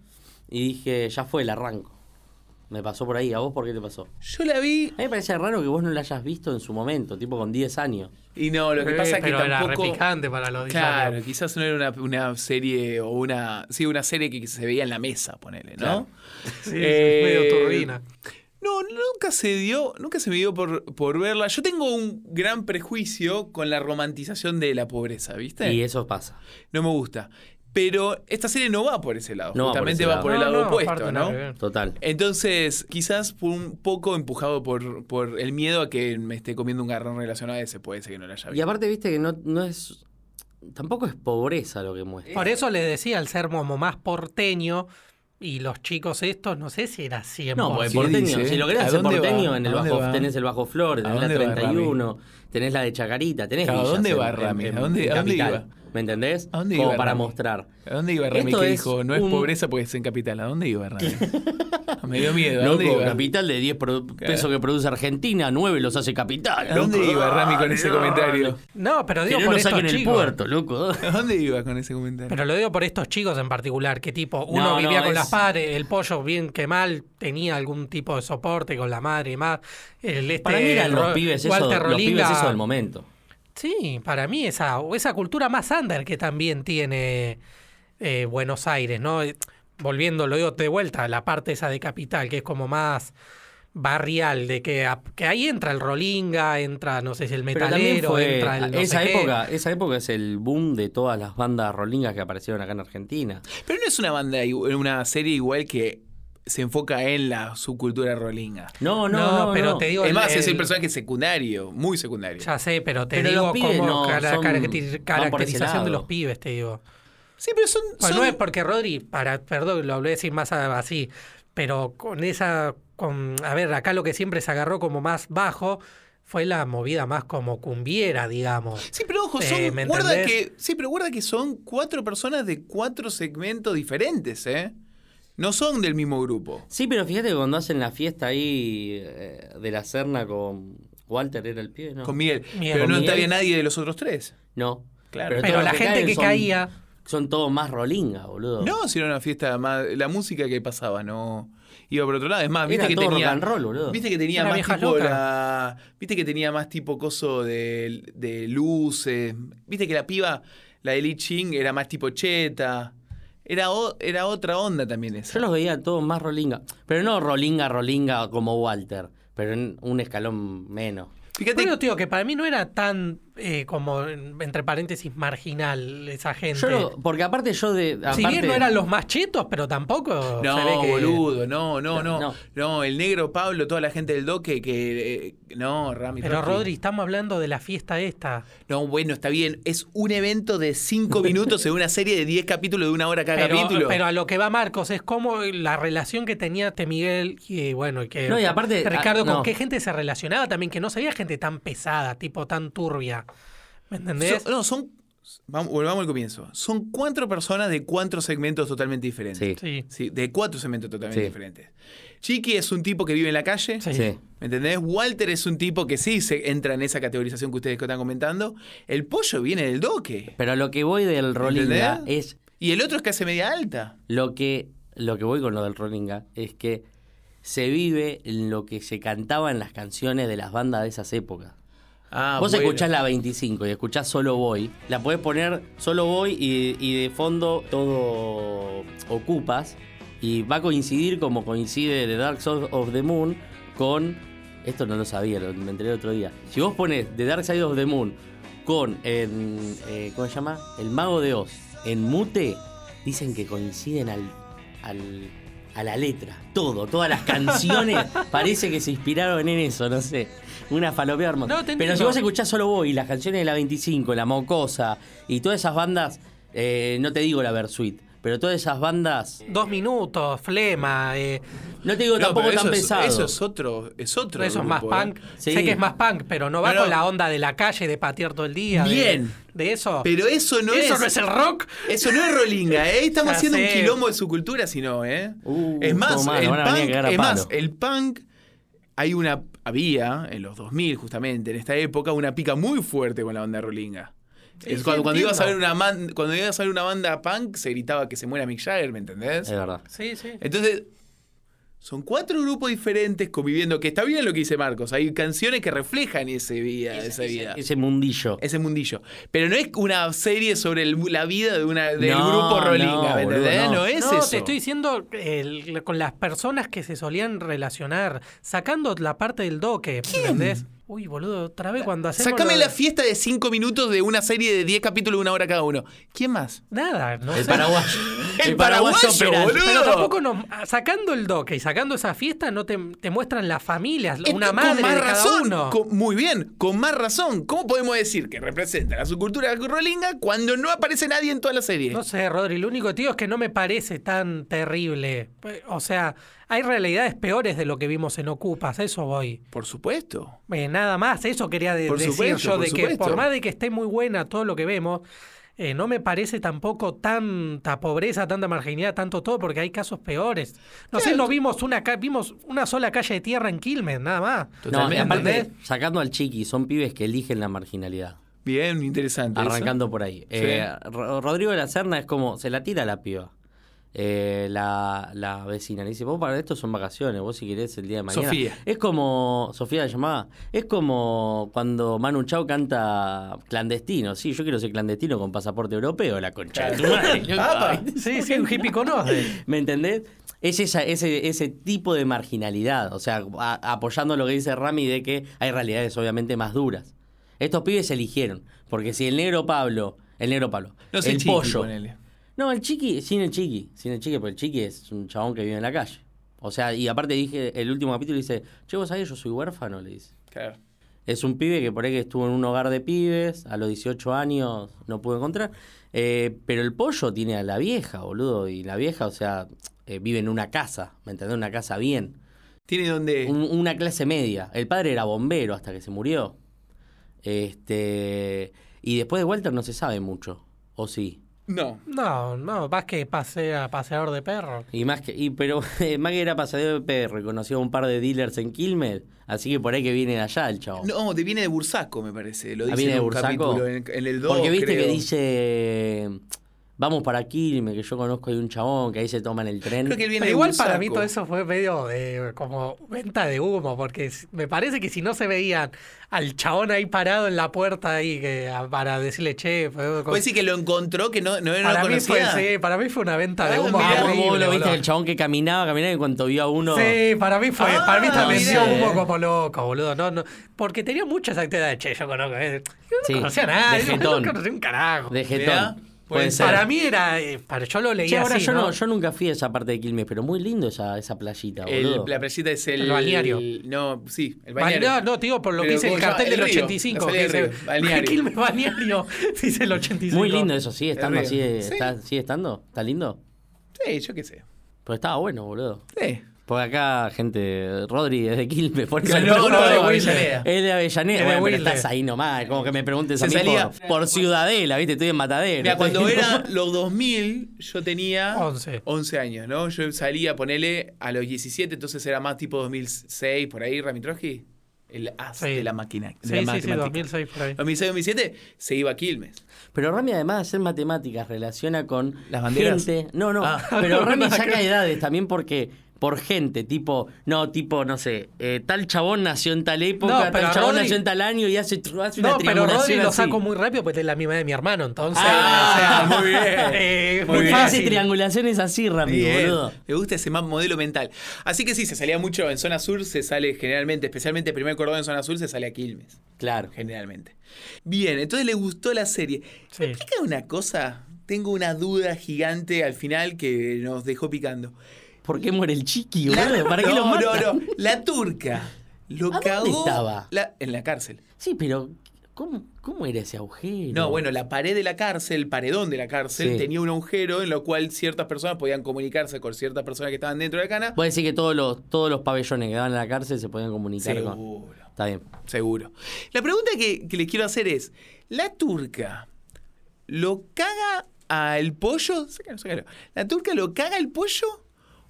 [SPEAKER 3] Y dije, ya fue, la arranco. Me pasó por ahí. ¿A vos por qué te pasó?
[SPEAKER 1] Yo la vi
[SPEAKER 3] A mí me parece raro que vos no la hayas visto en su momento, tipo con 10 años.
[SPEAKER 1] y no, lo que
[SPEAKER 2] Eh,
[SPEAKER 1] pasa es que
[SPEAKER 2] pero era
[SPEAKER 1] tampoco...
[SPEAKER 2] repicante para los
[SPEAKER 1] Claro,
[SPEAKER 2] diarios.
[SPEAKER 1] quizás no era una, una serie o una. Sí, una serie que se veía en la mesa, ponele, ¿no?
[SPEAKER 3] Claro.
[SPEAKER 2] Sí, sí,
[SPEAKER 1] Eh,
[SPEAKER 2] medio turbina.
[SPEAKER 1] No, nunca se dio, nunca se me dio por, por verla. Yo tengo un gran prejuicio con la romantización de la pobreza, ¿viste?
[SPEAKER 3] Y eso pasa.
[SPEAKER 1] No me gusta. Pero esta serie no va por ese lado,
[SPEAKER 3] No va por
[SPEAKER 1] justamente
[SPEAKER 3] ese
[SPEAKER 1] va
[SPEAKER 3] lado.
[SPEAKER 1] por el
[SPEAKER 2] No,
[SPEAKER 1] lado
[SPEAKER 2] no,
[SPEAKER 1] opuesto,
[SPEAKER 2] aparte nada
[SPEAKER 1] ¿no?
[SPEAKER 2] que ver.
[SPEAKER 3] Total.
[SPEAKER 1] Entonces, quizás fue un poco empujado por, por el miedo a que me esté comiendo un garrón relacionado a ese, puede ser que no la haya
[SPEAKER 3] Y
[SPEAKER 1] visto.
[SPEAKER 3] aparte, viste que no, no es. Tampoco es pobreza lo que muestra.
[SPEAKER 2] Por eso les decía, al ser como más porteño y los chicos estos, no sé si era 100%.
[SPEAKER 3] No, porque
[SPEAKER 1] ¿Qué
[SPEAKER 3] porteño,
[SPEAKER 1] dice?
[SPEAKER 3] si lo querés
[SPEAKER 1] ¿A
[SPEAKER 3] hacer
[SPEAKER 1] dónde
[SPEAKER 3] porteño,
[SPEAKER 1] va?
[SPEAKER 3] en el
[SPEAKER 1] ¿A dónde
[SPEAKER 3] bajo,
[SPEAKER 1] va?
[SPEAKER 3] tenés el bajo flor,
[SPEAKER 1] ¿A
[SPEAKER 3] tenés la
[SPEAKER 1] dónde va,
[SPEAKER 3] 31, tenés la de Chacarita, tenés
[SPEAKER 1] Claro, ¿a
[SPEAKER 3] villas
[SPEAKER 1] dónde
[SPEAKER 3] en-
[SPEAKER 1] va,
[SPEAKER 3] en-
[SPEAKER 1] Rami?
[SPEAKER 3] en
[SPEAKER 1] ¿A dónde- a dónde
[SPEAKER 3] Capital, ¿Me entendés?
[SPEAKER 1] ¿A dónde
[SPEAKER 3] Como
[SPEAKER 1] iba,
[SPEAKER 3] para
[SPEAKER 1] Rami?
[SPEAKER 3] mostrar.
[SPEAKER 1] ¿A dónde iba Rami?
[SPEAKER 3] Esto
[SPEAKER 1] que
[SPEAKER 3] es
[SPEAKER 1] dijo, no es
[SPEAKER 3] un-
[SPEAKER 1] pobreza porque es en Capital. ¿A dónde iba Rami? me dio miedo. ¿A
[SPEAKER 3] Loco,
[SPEAKER 1] dónde iba?
[SPEAKER 3] capital de 10 pro- pesos que produce Argentina, 9 los hace capital.
[SPEAKER 1] ¿A dónde
[SPEAKER 3] loco.
[SPEAKER 1] iba Rami con ese
[SPEAKER 3] Dale,
[SPEAKER 1] comentario?
[SPEAKER 2] No, pero
[SPEAKER 3] Que
[SPEAKER 2] digo
[SPEAKER 3] no
[SPEAKER 2] por
[SPEAKER 3] nos
[SPEAKER 2] estos
[SPEAKER 3] saquen el
[SPEAKER 2] chicos.
[SPEAKER 3] puerto, loco.
[SPEAKER 1] ¿A dónde iba con ese comentario?
[SPEAKER 2] Pero lo digo por estos chicos en particular, que tipo, uno
[SPEAKER 3] No,
[SPEAKER 2] vivía
[SPEAKER 3] no,
[SPEAKER 2] con
[SPEAKER 3] es-
[SPEAKER 2] las padres, el pollo bien que mal, tenía algún tipo de soporte con la madre y más. El este,
[SPEAKER 3] Para mí eran los
[SPEAKER 2] Ro-
[SPEAKER 3] pibes eso,
[SPEAKER 2] Walter
[SPEAKER 3] los pibes
[SPEAKER 2] Rolinga.
[SPEAKER 3] eso del momento.
[SPEAKER 2] Sí, para mí esa, esa cultura más under que también tiene eh, Buenos Aires, ¿no? Eh, Volviendo, lo digo de vuelta, la parte esa de capital, que es como más barrial, de que, a- que ahí entra el rolinga, entra, no sé si el
[SPEAKER 3] Pero también
[SPEAKER 2] metalero,
[SPEAKER 3] fue
[SPEAKER 2] entra el no
[SPEAKER 3] esa
[SPEAKER 2] sé qué.
[SPEAKER 3] época, esa época es el boom de todas las bandas rolingas que aparecieron acá en Argentina.
[SPEAKER 1] Pero no es una banda, igu- una serie igual que se enfoca en la subcultura rolinga.
[SPEAKER 3] No, no, no,
[SPEAKER 2] No, pero
[SPEAKER 3] no.
[SPEAKER 2] te digo,
[SPEAKER 1] es más,
[SPEAKER 2] el-
[SPEAKER 1] es el
[SPEAKER 2] el-
[SPEAKER 1] personaje secundario, muy secundario.
[SPEAKER 2] Ya sé, pero te
[SPEAKER 3] Pero
[SPEAKER 2] digo
[SPEAKER 3] los pibes
[SPEAKER 2] como
[SPEAKER 3] no,
[SPEAKER 2] cara-
[SPEAKER 3] son-
[SPEAKER 2] caracteri-
[SPEAKER 3] van por ese
[SPEAKER 2] caracterización de
[SPEAKER 3] lado.
[SPEAKER 2] los pibes, te digo.
[SPEAKER 1] Sí, pero son.
[SPEAKER 2] Pues
[SPEAKER 1] son-
[SPEAKER 2] no es porque Rodri, para, perdón, lo hablé decir más a- así, pero con esa, con, a ver, acá lo que siempre se agarró como más bajo fue la movida más como cumbiera, digamos.
[SPEAKER 1] Sí, pero ojo,
[SPEAKER 2] Eh,
[SPEAKER 1] son.
[SPEAKER 2] ¿me
[SPEAKER 1] guarda
[SPEAKER 2] entendés?
[SPEAKER 1] que, sí, pero guarda que son cuatro personas de cuatro segmentos diferentes, ¿eh? No son del mismo grupo.
[SPEAKER 3] Sí, pero fíjate que cuando hacen la fiesta ahí eh, de la Serna con Walter era el pibe, ¿no?
[SPEAKER 1] Con Miguel.
[SPEAKER 2] Miguel.
[SPEAKER 1] Pero
[SPEAKER 2] Con
[SPEAKER 1] no
[SPEAKER 3] Miguel.
[SPEAKER 1] había nadie de los otros tres.
[SPEAKER 3] No.
[SPEAKER 1] Claro.
[SPEAKER 3] todos
[SPEAKER 2] Pero
[SPEAKER 3] los
[SPEAKER 2] la gente
[SPEAKER 3] caen
[SPEAKER 2] que
[SPEAKER 3] son-
[SPEAKER 2] caía,
[SPEAKER 3] Son todos más rolingas, boludo.
[SPEAKER 1] No, si era una fiesta más. La música que pasaba, no. Iba por otro lado. Es más, viste
[SPEAKER 3] Era
[SPEAKER 1] que
[SPEAKER 3] todo
[SPEAKER 1] tenía.
[SPEAKER 3] rock and roll, boludo.
[SPEAKER 1] Viste que tenía
[SPEAKER 2] Era
[SPEAKER 1] más
[SPEAKER 2] vieja
[SPEAKER 1] tipo
[SPEAKER 2] loca.
[SPEAKER 1] la- Viste que tenía más tipo coso de, de luces. Viste que la piba, la de Lee Ching, era más tipo cheta. Era, o- era otra onda también esa.
[SPEAKER 3] Yo los veía todos más rolinga. Pero no rolinga, rolinga como Walter. Pero en un escalón menos.
[SPEAKER 1] Fíjate
[SPEAKER 2] bueno, tío, que para mí no era tan eh, como, en- entre paréntesis, marginal esa gente.
[SPEAKER 3] Yo lo- porque aparte yo de.
[SPEAKER 2] si bien
[SPEAKER 3] aparte-
[SPEAKER 2] no eran los más chetos, pero tampoco
[SPEAKER 1] No,
[SPEAKER 2] se ve que...
[SPEAKER 1] boludo, no, no, no,
[SPEAKER 3] No.
[SPEAKER 1] no. el negro Pablo, toda la gente del doque que. eh, no, Rami.
[SPEAKER 2] Pero
[SPEAKER 1] Rami.
[SPEAKER 2] Rodri, estamos hablando de la fiesta esta.
[SPEAKER 1] No, bueno, está bien. Es un evento de cinco minutos en una serie de 10 capítulos de una hora cada
[SPEAKER 2] Pero,
[SPEAKER 1] capítulo.
[SPEAKER 2] pero a lo que va Marcos es como la relación que tenía este Miguel y bueno, y que este
[SPEAKER 3] No, y aparte,
[SPEAKER 2] Ricardo,
[SPEAKER 3] ah,
[SPEAKER 2] con
[SPEAKER 3] no.
[SPEAKER 2] qué gente se relacionaba también, que no sabía gente tan pesada, tipo tan turbia. ¿Me entendés?
[SPEAKER 1] Son- no, son, Vamos, volvamos al comienzo. Son cuatro personas de cuatro segmentos totalmente diferentes.
[SPEAKER 3] Sí.
[SPEAKER 2] Sí.
[SPEAKER 1] Sí, de cuatro segmentos totalmente
[SPEAKER 3] Sí.
[SPEAKER 1] diferentes. Chiqui es un tipo que vive en la calle.
[SPEAKER 2] Sí.
[SPEAKER 3] Sí.
[SPEAKER 1] ¿Me entendés? Walter es un tipo que sí se entra en esa categorización que ustedes están comentando. El pollo viene del doque.
[SPEAKER 3] Pero a lo que voy del Rolinga
[SPEAKER 1] ¿Entendés?
[SPEAKER 3] es
[SPEAKER 1] Y el otro es que hace media alta.
[SPEAKER 3] lo que lo que voy con lo del Rolinga es que se vive en lo que se cantaba en las canciones de las bandas de esas épocas.
[SPEAKER 1] Ah,
[SPEAKER 3] Vos
[SPEAKER 1] bueno.
[SPEAKER 3] escuchás la 25 y escuchás Solo Voy, la podés poner Solo Voy y, y de fondo todo ocupas y va a coincidir como coincide The Dark Side of the Moon con esto no lo sabía, lo, me enteré el otro día. Si vos pones The Dark Side of the Moon con en, eh, ¿cómo se llama? El Mago de Oz en mute, dicen que coinciden al, al- a la letra, todo, todas las canciones parece que se inspiraron en eso, no sé. Una falopea hermosa.
[SPEAKER 2] No, te
[SPEAKER 3] Pero si
[SPEAKER 2] entiendo.
[SPEAKER 3] vos escuchás Solo Voy, las canciones de la 25, La Mocosa y todas esas bandas, eh, no te digo la Versuit, pero todas esas bandas,
[SPEAKER 2] Dos minutos, flema. eh,
[SPEAKER 3] no te digo
[SPEAKER 1] No,
[SPEAKER 3] tampoco
[SPEAKER 1] pero eso
[SPEAKER 3] tan
[SPEAKER 1] es-
[SPEAKER 3] pesado.
[SPEAKER 1] Eso es otro. Es otro
[SPEAKER 2] eso es más
[SPEAKER 1] grupo, ¿eh?
[SPEAKER 2] punk.
[SPEAKER 3] Sí.
[SPEAKER 2] Sé que es más punk, pero no va
[SPEAKER 1] No, no.
[SPEAKER 2] con la onda de la calle, de patear todo el día. de-
[SPEAKER 1] Bien.
[SPEAKER 2] De, eso.
[SPEAKER 1] Pero eso no
[SPEAKER 2] eso
[SPEAKER 1] es.
[SPEAKER 2] no es el rock.
[SPEAKER 1] Eso no es rolinga, ¿eh? Estamos
[SPEAKER 2] Ya
[SPEAKER 1] haciendo un
[SPEAKER 2] sé.
[SPEAKER 1] quilombo de su cultura, si no, ¿eh?
[SPEAKER 3] Uh,
[SPEAKER 1] es más,
[SPEAKER 3] tomá,
[SPEAKER 1] el
[SPEAKER 3] van a venir
[SPEAKER 1] punk,
[SPEAKER 3] a cagar a
[SPEAKER 1] es más,
[SPEAKER 3] palo.
[SPEAKER 1] el punk, hay una, había en los 2000 justamente, en esta época, una pica muy fuerte con la banda rolinga.
[SPEAKER 2] Sí,
[SPEAKER 1] Es
[SPEAKER 2] sí,
[SPEAKER 1] cuando, cuando ibas a ver
[SPEAKER 2] entiendo.
[SPEAKER 1] una man- cuando ibas a ver una banda punk, se gritaba que se muera Mick Jagger, ¿me entendés?
[SPEAKER 3] Es verdad.
[SPEAKER 2] Sí, sí.
[SPEAKER 1] Entonces, son cuatro grupos diferentes conviviendo, que está bien lo que dice Marcos, hay canciones que reflejan ese vida, esa vida
[SPEAKER 3] Ese mundillo.
[SPEAKER 1] ese mundillo. Pero no es una serie sobre el- la vida de una, del
[SPEAKER 3] No,
[SPEAKER 1] grupo Rolinga,
[SPEAKER 3] no,
[SPEAKER 1] ¿me
[SPEAKER 3] boludo,
[SPEAKER 1] entendés?
[SPEAKER 3] no.
[SPEAKER 1] no. es
[SPEAKER 2] no,
[SPEAKER 1] eso.
[SPEAKER 2] te estoy diciendo el- con las personas que se solían relacionar, sacando la parte del doque, ¿entendés? Uy, boludo, otra vez cuando hacemos...
[SPEAKER 1] Sácame
[SPEAKER 2] lo-
[SPEAKER 1] la fiesta de cinco minutos de una serie de 10 capítulos de una hora cada uno. ¿Quién más?
[SPEAKER 2] Nada, no
[SPEAKER 3] El
[SPEAKER 2] sé.
[SPEAKER 3] paraguayo.
[SPEAKER 1] El paraguayo,
[SPEAKER 3] Peralta.
[SPEAKER 1] boludo.
[SPEAKER 2] Pero tampoco nos- ah, sacando el doque y sacando esa fiesta no te, te muestran las familias, una
[SPEAKER 1] Esto-
[SPEAKER 2] madre
[SPEAKER 1] con más
[SPEAKER 2] de cada
[SPEAKER 1] razón.
[SPEAKER 2] uno.
[SPEAKER 1] con- muy bien, con más razón. ¿Cómo podemos decir que representa la subcultura Rolinga cuando no aparece nadie en toda la serie?
[SPEAKER 2] No sé, Rodri, lo único, tío, es que no me parece tan terrible. O sea, hay realidades peores de lo que vimos en Ocupas, a eso voy.
[SPEAKER 1] Por supuesto.
[SPEAKER 2] Eh, nada más, eso quería de-
[SPEAKER 1] Por
[SPEAKER 2] decir
[SPEAKER 1] supuesto,
[SPEAKER 2] yo,
[SPEAKER 1] por
[SPEAKER 2] de que
[SPEAKER 1] supuesto.
[SPEAKER 2] por más de que esté muy buena todo lo que vemos, eh, no me parece tampoco tanta pobreza, tanta marginalidad, tanto todo, porque hay casos peores. No sé,
[SPEAKER 1] Claro.
[SPEAKER 2] no vimos una, ca- vimos una sola calle de tierra en Quilmes, nada más.
[SPEAKER 3] No, y
[SPEAKER 1] Totalmente.
[SPEAKER 3] aparte, sacando al chiqui, son pibes que eligen la marginalidad.
[SPEAKER 1] Bien, interesante. eso.
[SPEAKER 3] Arrancando por ahí. Eh, Ro- Rodrigo de la Serna es como, se la tira a la piba. Eh, la, la vecina le dice, vos para esto son vacaciones, vos si querés el día de mañana.
[SPEAKER 1] Sofía.
[SPEAKER 3] Es como, Sofía la llamaba, es como cuando Manu Chao canta clandestino. Sí, yo quiero ser clandestino con pasaporte europeo, la concha. de tu madre.
[SPEAKER 1] Apa.
[SPEAKER 2] Sí, sí, un hippie conoce.
[SPEAKER 3] ¿Me entendés? Es esa- ese, ese tipo de marginalidad, o sea, a- apoyando lo que dice Rami de que hay realidades obviamente más duras. Estos pibes eligieron, porque si el negro Pablo, el negro Pablo,
[SPEAKER 1] No sé,
[SPEAKER 3] el
[SPEAKER 1] chiqui,
[SPEAKER 3] pollo.
[SPEAKER 1] ponele.
[SPEAKER 3] No, el chiqui, sin el chiqui, sin el chiqui, porque el chiqui es un chabón que vive en la calle. O sea, y aparte dije, el último capítulo dice, che, vos sabés, yo soy huérfano, le dice.
[SPEAKER 1] Claro.
[SPEAKER 3] Es un pibe que por ahí que estuvo en un hogar de pibes, a los 18 años no pudo encontrar. Eh, pero el pollo tiene a la vieja, boludo. Y la vieja, o sea, eh, vive en una casa, ¿me entendés? Una casa bien.
[SPEAKER 1] Tiene donde.
[SPEAKER 3] Un- una clase media. El padre era bombero hasta que se murió. Este. Y después de Walter no se sabe mucho. ¿O sí?
[SPEAKER 1] No.
[SPEAKER 2] No, no, vas que pasea, paseador de perros.
[SPEAKER 3] Y más que. Y, pero eh, más que era pasadero de perro y conoció a un par de dealers en Quilmes. Así que por ahí que viene de allá el chavo.
[SPEAKER 1] No, te viene de Bursaco, me parece. Lo
[SPEAKER 3] Ah,
[SPEAKER 1] dice
[SPEAKER 3] viene
[SPEAKER 1] en
[SPEAKER 3] de
[SPEAKER 1] un
[SPEAKER 3] Bursaco.
[SPEAKER 1] capítulo, en, en el 2.
[SPEAKER 3] Porque viste que dice. Vamos para Quilmes, que yo conozco hay un chabón que ahí se toman el tren.
[SPEAKER 1] Creo que él viene
[SPEAKER 2] Pero
[SPEAKER 1] de
[SPEAKER 2] igual
[SPEAKER 1] Bursaco.
[SPEAKER 2] para mí todo eso fue medio de, como venta de humo, porque s- me parece que si no se veían al chabón ahí parado en la puerta ahí que, a- para decirle, che, fue-
[SPEAKER 1] Puede
[SPEAKER 3] Pues
[SPEAKER 1] decir que lo encontró, que no, no, no
[SPEAKER 2] para,
[SPEAKER 1] lo
[SPEAKER 2] mí fue,
[SPEAKER 1] conocía.
[SPEAKER 2] sí, para mí fue una venta de
[SPEAKER 1] Ah,
[SPEAKER 2] humo.
[SPEAKER 1] mirá,
[SPEAKER 3] Ah, vos-
[SPEAKER 2] horrible,
[SPEAKER 3] vos lo viste
[SPEAKER 2] boludo.
[SPEAKER 3] el chabón que caminaba, caminaba y en cuanto vio a uno.
[SPEAKER 2] Sí, para mí fue, para mí
[SPEAKER 1] Ah,
[SPEAKER 2] también
[SPEAKER 1] mirá.
[SPEAKER 2] dio humo como loco, boludo. No, no, porque tenía mucha esa actitud de, che, yo conozco, eh, yo no
[SPEAKER 3] Sí,
[SPEAKER 2] conocía a nadie,
[SPEAKER 3] de
[SPEAKER 2] no
[SPEAKER 3] jetón.
[SPEAKER 2] conocía un carajo. Pues
[SPEAKER 3] De jetón.
[SPEAKER 1] Mirá, puede
[SPEAKER 3] Puede
[SPEAKER 1] ser.
[SPEAKER 3] ser.
[SPEAKER 2] Para mí era, eh, para, yo lo leía
[SPEAKER 3] Che, ahora
[SPEAKER 2] así,
[SPEAKER 3] yo,
[SPEAKER 2] ¿no?
[SPEAKER 3] no- yo nunca fui a esa parte de Quilmes, pero muy lindo esa, esa playita,
[SPEAKER 1] El-
[SPEAKER 3] boludo.
[SPEAKER 1] la playita es el.
[SPEAKER 2] El balneario.
[SPEAKER 1] No, sí, el
[SPEAKER 2] Ba-
[SPEAKER 1] balneario.
[SPEAKER 2] No, no, te digo por lo que
[SPEAKER 1] Pero
[SPEAKER 2] dice el
[SPEAKER 1] ¿cómo se llama?
[SPEAKER 2] cartel del
[SPEAKER 1] río,
[SPEAKER 2] 85.
[SPEAKER 1] la
[SPEAKER 2] Que
[SPEAKER 1] salida del
[SPEAKER 2] dice,
[SPEAKER 1] río, balneario.
[SPEAKER 2] Quilmes Balneario, dice el 85.
[SPEAKER 3] muy lindo eso, sigue
[SPEAKER 1] El
[SPEAKER 3] estando,
[SPEAKER 1] río.
[SPEAKER 3] sigue,
[SPEAKER 1] Sí.
[SPEAKER 3] está, sigue estando, está lindo.
[SPEAKER 1] Sí, yo qué sé.
[SPEAKER 3] Pero estaba bueno, boludo.
[SPEAKER 1] Sí.
[SPEAKER 3] Por acá, gente, Rodri es de Quilmes, por eso
[SPEAKER 1] No,
[SPEAKER 3] me
[SPEAKER 1] no,
[SPEAKER 3] pregunto
[SPEAKER 1] no,
[SPEAKER 3] de
[SPEAKER 1] de
[SPEAKER 3] Wilde.
[SPEAKER 1] Avellaneda.
[SPEAKER 3] Es de
[SPEAKER 2] Es
[SPEAKER 3] Avellaneda,
[SPEAKER 2] de
[SPEAKER 3] bueno, pero
[SPEAKER 2] Wilde.
[SPEAKER 3] estás ahí nomás, como que me preguntes a
[SPEAKER 1] Se
[SPEAKER 3] mí
[SPEAKER 1] salía-
[SPEAKER 3] por, por Ciudadela, ¿viste? Estoy en Matadero.
[SPEAKER 1] Mira,
[SPEAKER 3] estoy-
[SPEAKER 1] cuando era los 2000, yo tenía
[SPEAKER 2] Once.
[SPEAKER 1] 11 años, ¿no? Yo salía, ponele, a los 17, entonces era más tipo 2006, por ahí, Ramitroski. El as
[SPEAKER 2] Sí.
[SPEAKER 1] de la máquina. de la
[SPEAKER 2] Sí, sí, sí,
[SPEAKER 1] matemática.
[SPEAKER 2] 2006 por ahí.
[SPEAKER 1] 2006, 2007, se iba a Quilmes.
[SPEAKER 3] Pero Rami, además de hacer matemáticas, relaciona con
[SPEAKER 1] ¿Las banderas?
[SPEAKER 3] gente. No, no.
[SPEAKER 1] Ah.
[SPEAKER 3] Pero Rami saca edades también porque. Por gente, tipo, no, tipo, no sé, eh, tal chabón nació en tal época,
[SPEAKER 2] No, pero
[SPEAKER 3] tal chabón
[SPEAKER 2] Rodri-
[SPEAKER 3] nació en tal año y hace, hace una
[SPEAKER 2] No, pero
[SPEAKER 3] triangulación
[SPEAKER 2] Rodri lo
[SPEAKER 3] así.
[SPEAKER 2] saco muy rápido porque es la misma de mi hermano, entonces.
[SPEAKER 1] Ah,
[SPEAKER 2] o sea,
[SPEAKER 1] muy bien.
[SPEAKER 2] eh,
[SPEAKER 1] Muy
[SPEAKER 2] muy
[SPEAKER 1] bien.
[SPEAKER 3] Hace
[SPEAKER 2] fácil.
[SPEAKER 3] triangulaciones así, Rami,
[SPEAKER 1] Bien,
[SPEAKER 3] boludo.
[SPEAKER 1] me gusta ese ma- modelo mental. Así que sí, se salía mucho en zona sur, se sale generalmente, especialmente primer cordón en zona sur, se sale a Quilmes,
[SPEAKER 3] Claro.
[SPEAKER 1] generalmente. Bien, entonces le gustó la serie.
[SPEAKER 2] Sí.
[SPEAKER 1] Explica una cosa, tengo una duda gigante al final que nos dejó picando.
[SPEAKER 3] ¿Por qué muere el chiqui, boludo? ¿Para qué
[SPEAKER 1] no,
[SPEAKER 3] lo matan?
[SPEAKER 1] no, no, la turca lo
[SPEAKER 3] ¿A dónde
[SPEAKER 1] cagó
[SPEAKER 3] estaba?
[SPEAKER 1] la- en la cárcel.
[SPEAKER 3] Sí, pero ¿cómo, cómo era ese agujero?
[SPEAKER 1] No, bueno, la pared de la cárcel, el paredón de la cárcel,
[SPEAKER 3] Sí.
[SPEAKER 1] tenía un agujero en lo cual ciertas personas podían comunicarse con ciertas personas que estaban dentro de la cana.
[SPEAKER 3] Voy a decir que todos los, todos los pabellones que daban en la cárcel se podían comunicar con.
[SPEAKER 1] Seguro.
[SPEAKER 3] Está bien.
[SPEAKER 1] Seguro. La pregunta que, que les quiero hacer es: ¿la turca lo caga al pollo? Sácalo, sácalo. ¿La turca lo caga al pollo?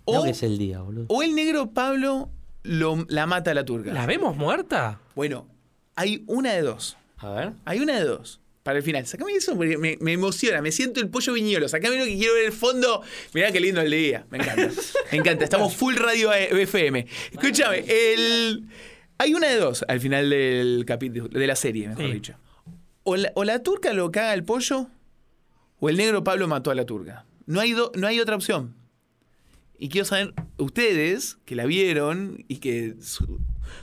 [SPEAKER 3] Creo
[SPEAKER 1] ¿O,
[SPEAKER 3] que es el día, boludo.
[SPEAKER 1] o el negro Pablo lo- la mata a la turca?
[SPEAKER 2] ¿La vemos muerta?
[SPEAKER 1] Bueno, hay una de dos.
[SPEAKER 3] A ver.
[SPEAKER 1] Hay una de dos. Para el final, sacame eso porque me, me emociona, me siento el pollo viñolo, sacame lo que quiero ver el fondo. Mirá qué lindo el día, me encanta. Me encanta, estamos full radio eh, FM. Escúchame, el... hay una de dos al final del capítulo, de la serie, mejor
[SPEAKER 2] Sí.
[SPEAKER 1] dicho. O la, o la turca lo caga el pollo, o el negro Pablo mató a la turca. No hay, do- no hay otra opción. Y quiero saber, ustedes que la vieron y que su-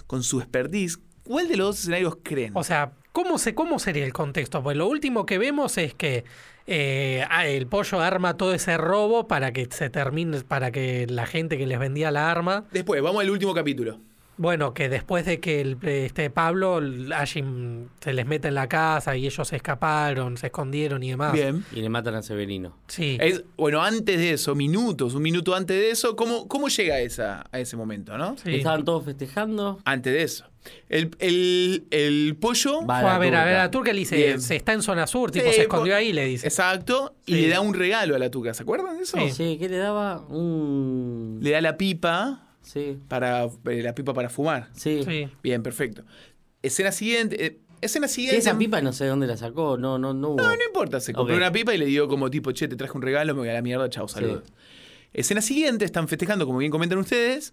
[SPEAKER 1] con su expertise, ¿cuál de los dos escenarios creen?
[SPEAKER 2] O sea, ¿cómo, se, ¿cómo sería el contexto? Pues lo último que vemos es que eh, ah, el pollo arma todo ese robo para que se termine, para que la gente que les vendía la arma,
[SPEAKER 1] Después, vamos al último capítulo.
[SPEAKER 2] bueno, que después de que el- este Pablo, el- allí mm, se les mete en la casa y ellos se escaparon, se escondieron y demás.
[SPEAKER 1] Bien. Eh,
[SPEAKER 3] Y le matan a Severino.
[SPEAKER 2] Ah. Sí.
[SPEAKER 1] Es- bueno, antes de eso, minutos, un minuto antes de eso, ¿cómo, cómo llega esa, a ese momento, no?
[SPEAKER 2] sí.
[SPEAKER 3] Estaban todos festejando.
[SPEAKER 1] Antes de eso. El, el- el pollo.
[SPEAKER 3] Va
[SPEAKER 2] Fue a,
[SPEAKER 3] la
[SPEAKER 2] ver, a
[SPEAKER 3] turca.
[SPEAKER 2] ver, a Turca le dice,
[SPEAKER 1] Bien.
[SPEAKER 2] se está en zona sur, tipo,
[SPEAKER 1] Sí,
[SPEAKER 2] se escondió
[SPEAKER 1] po-
[SPEAKER 2] ahí, le dice.
[SPEAKER 1] Exacto. Y
[SPEAKER 2] Sí.
[SPEAKER 1] le da un regalo a la tuca, ¿se acuerdan de eso?
[SPEAKER 2] Sí.
[SPEAKER 3] Sí, ¿qué le daba? Un.
[SPEAKER 1] Le da la pipa
[SPEAKER 3] Sí,
[SPEAKER 1] para. eh, la pipa para fumar.
[SPEAKER 3] sí.
[SPEAKER 2] Sí.
[SPEAKER 1] Bien, perfecto. Escena siguiente. eh, escena
[SPEAKER 3] Que
[SPEAKER 1] siguiente.
[SPEAKER 3] esa pipa no sé dónde la sacó. No, no, no hubo.
[SPEAKER 1] No, no importa. Se compró
[SPEAKER 3] Ok.
[SPEAKER 1] una pipa y le dio como tipo, che, te traje un regalo, me voy a la mierda, chao, saludos. Escena siguiente, están festejando, como bien comentan ustedes.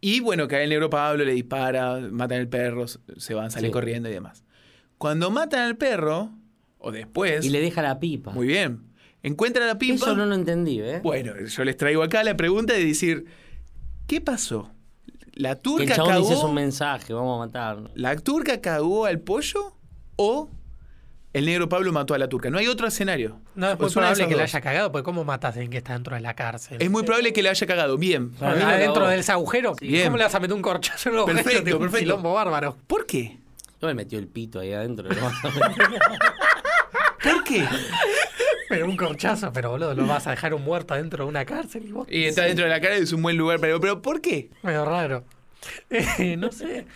[SPEAKER 1] Y bueno, cae el negro Pablo, le dispara, matan al perro, se van, salen
[SPEAKER 3] Sí.
[SPEAKER 1] corriendo y demás. Cuando matan al perro, o después,
[SPEAKER 3] Y le deja la pipa.
[SPEAKER 1] muy bien, encuentran la pipa.
[SPEAKER 3] Eso no lo entendí, ¿eh?
[SPEAKER 1] Bueno, yo les traigo acá la pregunta de decir, ¿qué pasó? ¿La
[SPEAKER 3] Que el
[SPEAKER 1] turca
[SPEAKER 3] chabón dice es un
[SPEAKER 1] cagó,
[SPEAKER 3] mensaje, vamos a matar.
[SPEAKER 1] la turca cagó al pollo o el negro Pablo mató a la turca? No hay otro escenario.
[SPEAKER 2] No es muy
[SPEAKER 1] Pues una de
[SPEAKER 2] probable
[SPEAKER 1] esas
[SPEAKER 2] que la
[SPEAKER 1] dos.
[SPEAKER 2] haya cagado, porque ¿cómo matas en que está dentro de la cárcel?
[SPEAKER 1] Es muy probable que le haya cagado. Bien.
[SPEAKER 3] Para mí lo
[SPEAKER 2] Adentro
[SPEAKER 3] cagó.
[SPEAKER 2] del agujero.
[SPEAKER 1] Bien.
[SPEAKER 2] ¿Cómo le vas a meter un corchazo en un agujero?
[SPEAKER 1] Perfecto,
[SPEAKER 2] Tipo, un
[SPEAKER 1] perfecto.
[SPEAKER 2] quilombo bárbaro.
[SPEAKER 1] ¿Por qué?
[SPEAKER 3] Yo me metió el pito ahí adentro.
[SPEAKER 1] ¿Por qué?
[SPEAKER 2] Pero un corchazo, pero boludo, lo vas a dejar un muerto adentro de una cárcel y vos.
[SPEAKER 1] Y está dentro de la cara y es un buen lugar para... Pero ¿por qué?
[SPEAKER 2] Medio raro. Eh, no sé.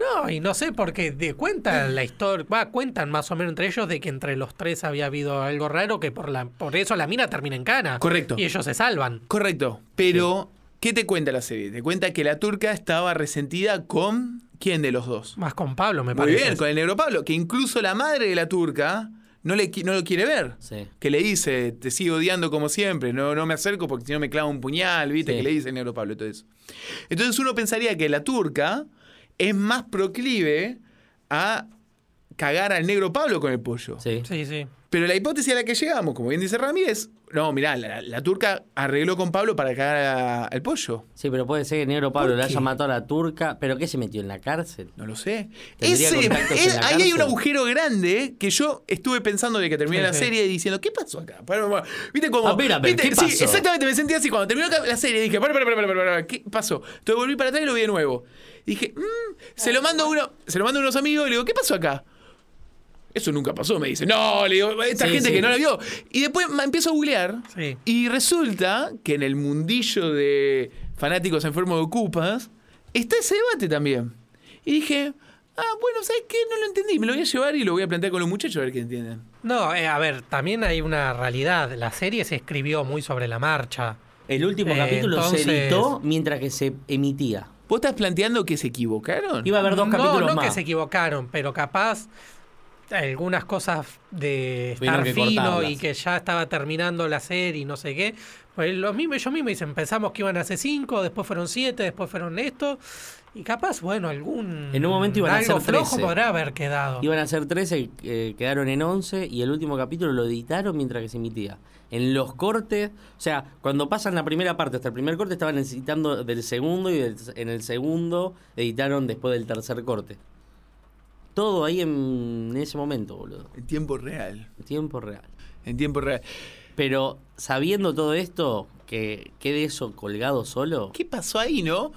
[SPEAKER 2] No, y no sé, porque de, cuentan la historia, va, cuentan más o menos entre ellos de que entre los tres había habido algo raro, que por la por eso la mina termina en cana.
[SPEAKER 1] Correcto.
[SPEAKER 2] Y ellos se salvan.
[SPEAKER 1] Correcto. Pero, ¿qué te cuenta la serie? Te cuenta que la turca estaba resentida con... ¿Quién de los dos?
[SPEAKER 2] Más con Pablo, me
[SPEAKER 1] Muy
[SPEAKER 2] parece.
[SPEAKER 1] bien, con el negro Pablo. Que incluso la madre de la turca no, le, qui- no lo quiere ver.
[SPEAKER 3] Sí.
[SPEAKER 1] Que le dice, te sigo odiando como siempre, no, no me acerco porque si no me clava un puñal, ¿viste?
[SPEAKER 3] Sí.
[SPEAKER 1] Que le dice el negro Pablo, todo eso. Entonces uno pensaría que la turca es más proclive a cagar al negro Pablo con el pollo.
[SPEAKER 3] Sí.
[SPEAKER 2] Sí, sí.
[SPEAKER 1] Pero la hipótesis a la que llegamos, como bien dice Ramírez, no, mirá, la, la turca arregló con Pablo para cagar a- al pollo.
[SPEAKER 3] Sí, pero puede ser que Negro Pablo
[SPEAKER 1] ¿Por
[SPEAKER 3] le
[SPEAKER 1] qué?
[SPEAKER 3] haya matado a la turca. ¿Pero qué se metió en la cárcel?
[SPEAKER 1] No lo sé.
[SPEAKER 3] ¿Tendría
[SPEAKER 1] Ese-
[SPEAKER 3] contactos
[SPEAKER 1] es-
[SPEAKER 3] en la
[SPEAKER 1] ahí hay un
[SPEAKER 3] cárcel?
[SPEAKER 1] agujero grande que yo estuve pensando de que terminé
[SPEAKER 2] Sí,
[SPEAKER 1] la
[SPEAKER 2] sí.
[SPEAKER 1] serie diciendo, ¿qué pasó acá? Pará, pará. ¿Viste cómo?
[SPEAKER 3] A ver, a ver,
[SPEAKER 1] ¿viste?
[SPEAKER 3] Ah, ¿qué
[SPEAKER 1] Sí,
[SPEAKER 3] pasó?
[SPEAKER 1] exactamente, me sentí así. Cuando terminó acá la serie dije, para, para, para, para, ¿qué pasó? Entonces volví para atrás y lo vi de nuevo. Y dije, "Mm", se lo mando a uno, se lo mando a unos amigos y le digo, ¿qué pasó acá? Eso nunca pasó, me dice. No, le digo, esta
[SPEAKER 3] Sí,
[SPEAKER 1] gente
[SPEAKER 3] sí.
[SPEAKER 1] que no la vio. Y después me empiezo a googlear.
[SPEAKER 2] Sí.
[SPEAKER 1] Y resulta que en el mundillo de fanáticos enfermos de Ocupas, está ese debate también. Y dije, ah, bueno, ¿sabes qué? No lo entendí. Me lo voy a llevar y lo voy a plantear con los muchachos a ver qué entienden.
[SPEAKER 2] No, eh, a ver, también hay una realidad. La serie se escribió muy sobre la marcha.
[SPEAKER 3] El último
[SPEAKER 2] Eh,
[SPEAKER 3] capítulo se
[SPEAKER 2] entonces-
[SPEAKER 3] editó mientras que se emitía.
[SPEAKER 1] ¿Vos estás planteando que se equivocaron?
[SPEAKER 3] Iba a haber dos
[SPEAKER 2] no,
[SPEAKER 3] capítulos
[SPEAKER 2] no
[SPEAKER 3] más.
[SPEAKER 2] que se equivocaron, pero capaz algunas cosas de
[SPEAKER 3] Tuvieron
[SPEAKER 2] estar
[SPEAKER 3] que
[SPEAKER 2] fino
[SPEAKER 3] cortarlas.
[SPEAKER 2] y que ya estaba terminando la serie y no sé qué. Pues lo mismo, ellos mismos dicen, pensamos que iban a ser cinco, después fueron siete, después fueron esto. Y capaz, bueno, algún.
[SPEAKER 3] En un momento iban a
[SPEAKER 2] algo
[SPEAKER 3] ser
[SPEAKER 2] flojo
[SPEAKER 3] 13.
[SPEAKER 2] podrá haber quedado.
[SPEAKER 3] Iban a ser 13, eh, quedaron en 11 y el último capítulo lo editaron mientras que se emitía. En los cortes, o sea, cuando pasan la primera parte hasta el primer corte estaban necesitando del segundo y del- en el segundo editaron después del tercer corte. Todo ahí en ese momento, boludo.
[SPEAKER 1] En tiempo real.
[SPEAKER 3] En Tiempo real.
[SPEAKER 1] En tiempo real.
[SPEAKER 3] Pero sabiendo todo esto, que quede eso colgado solo.
[SPEAKER 1] ¿Qué pasó ahí, no?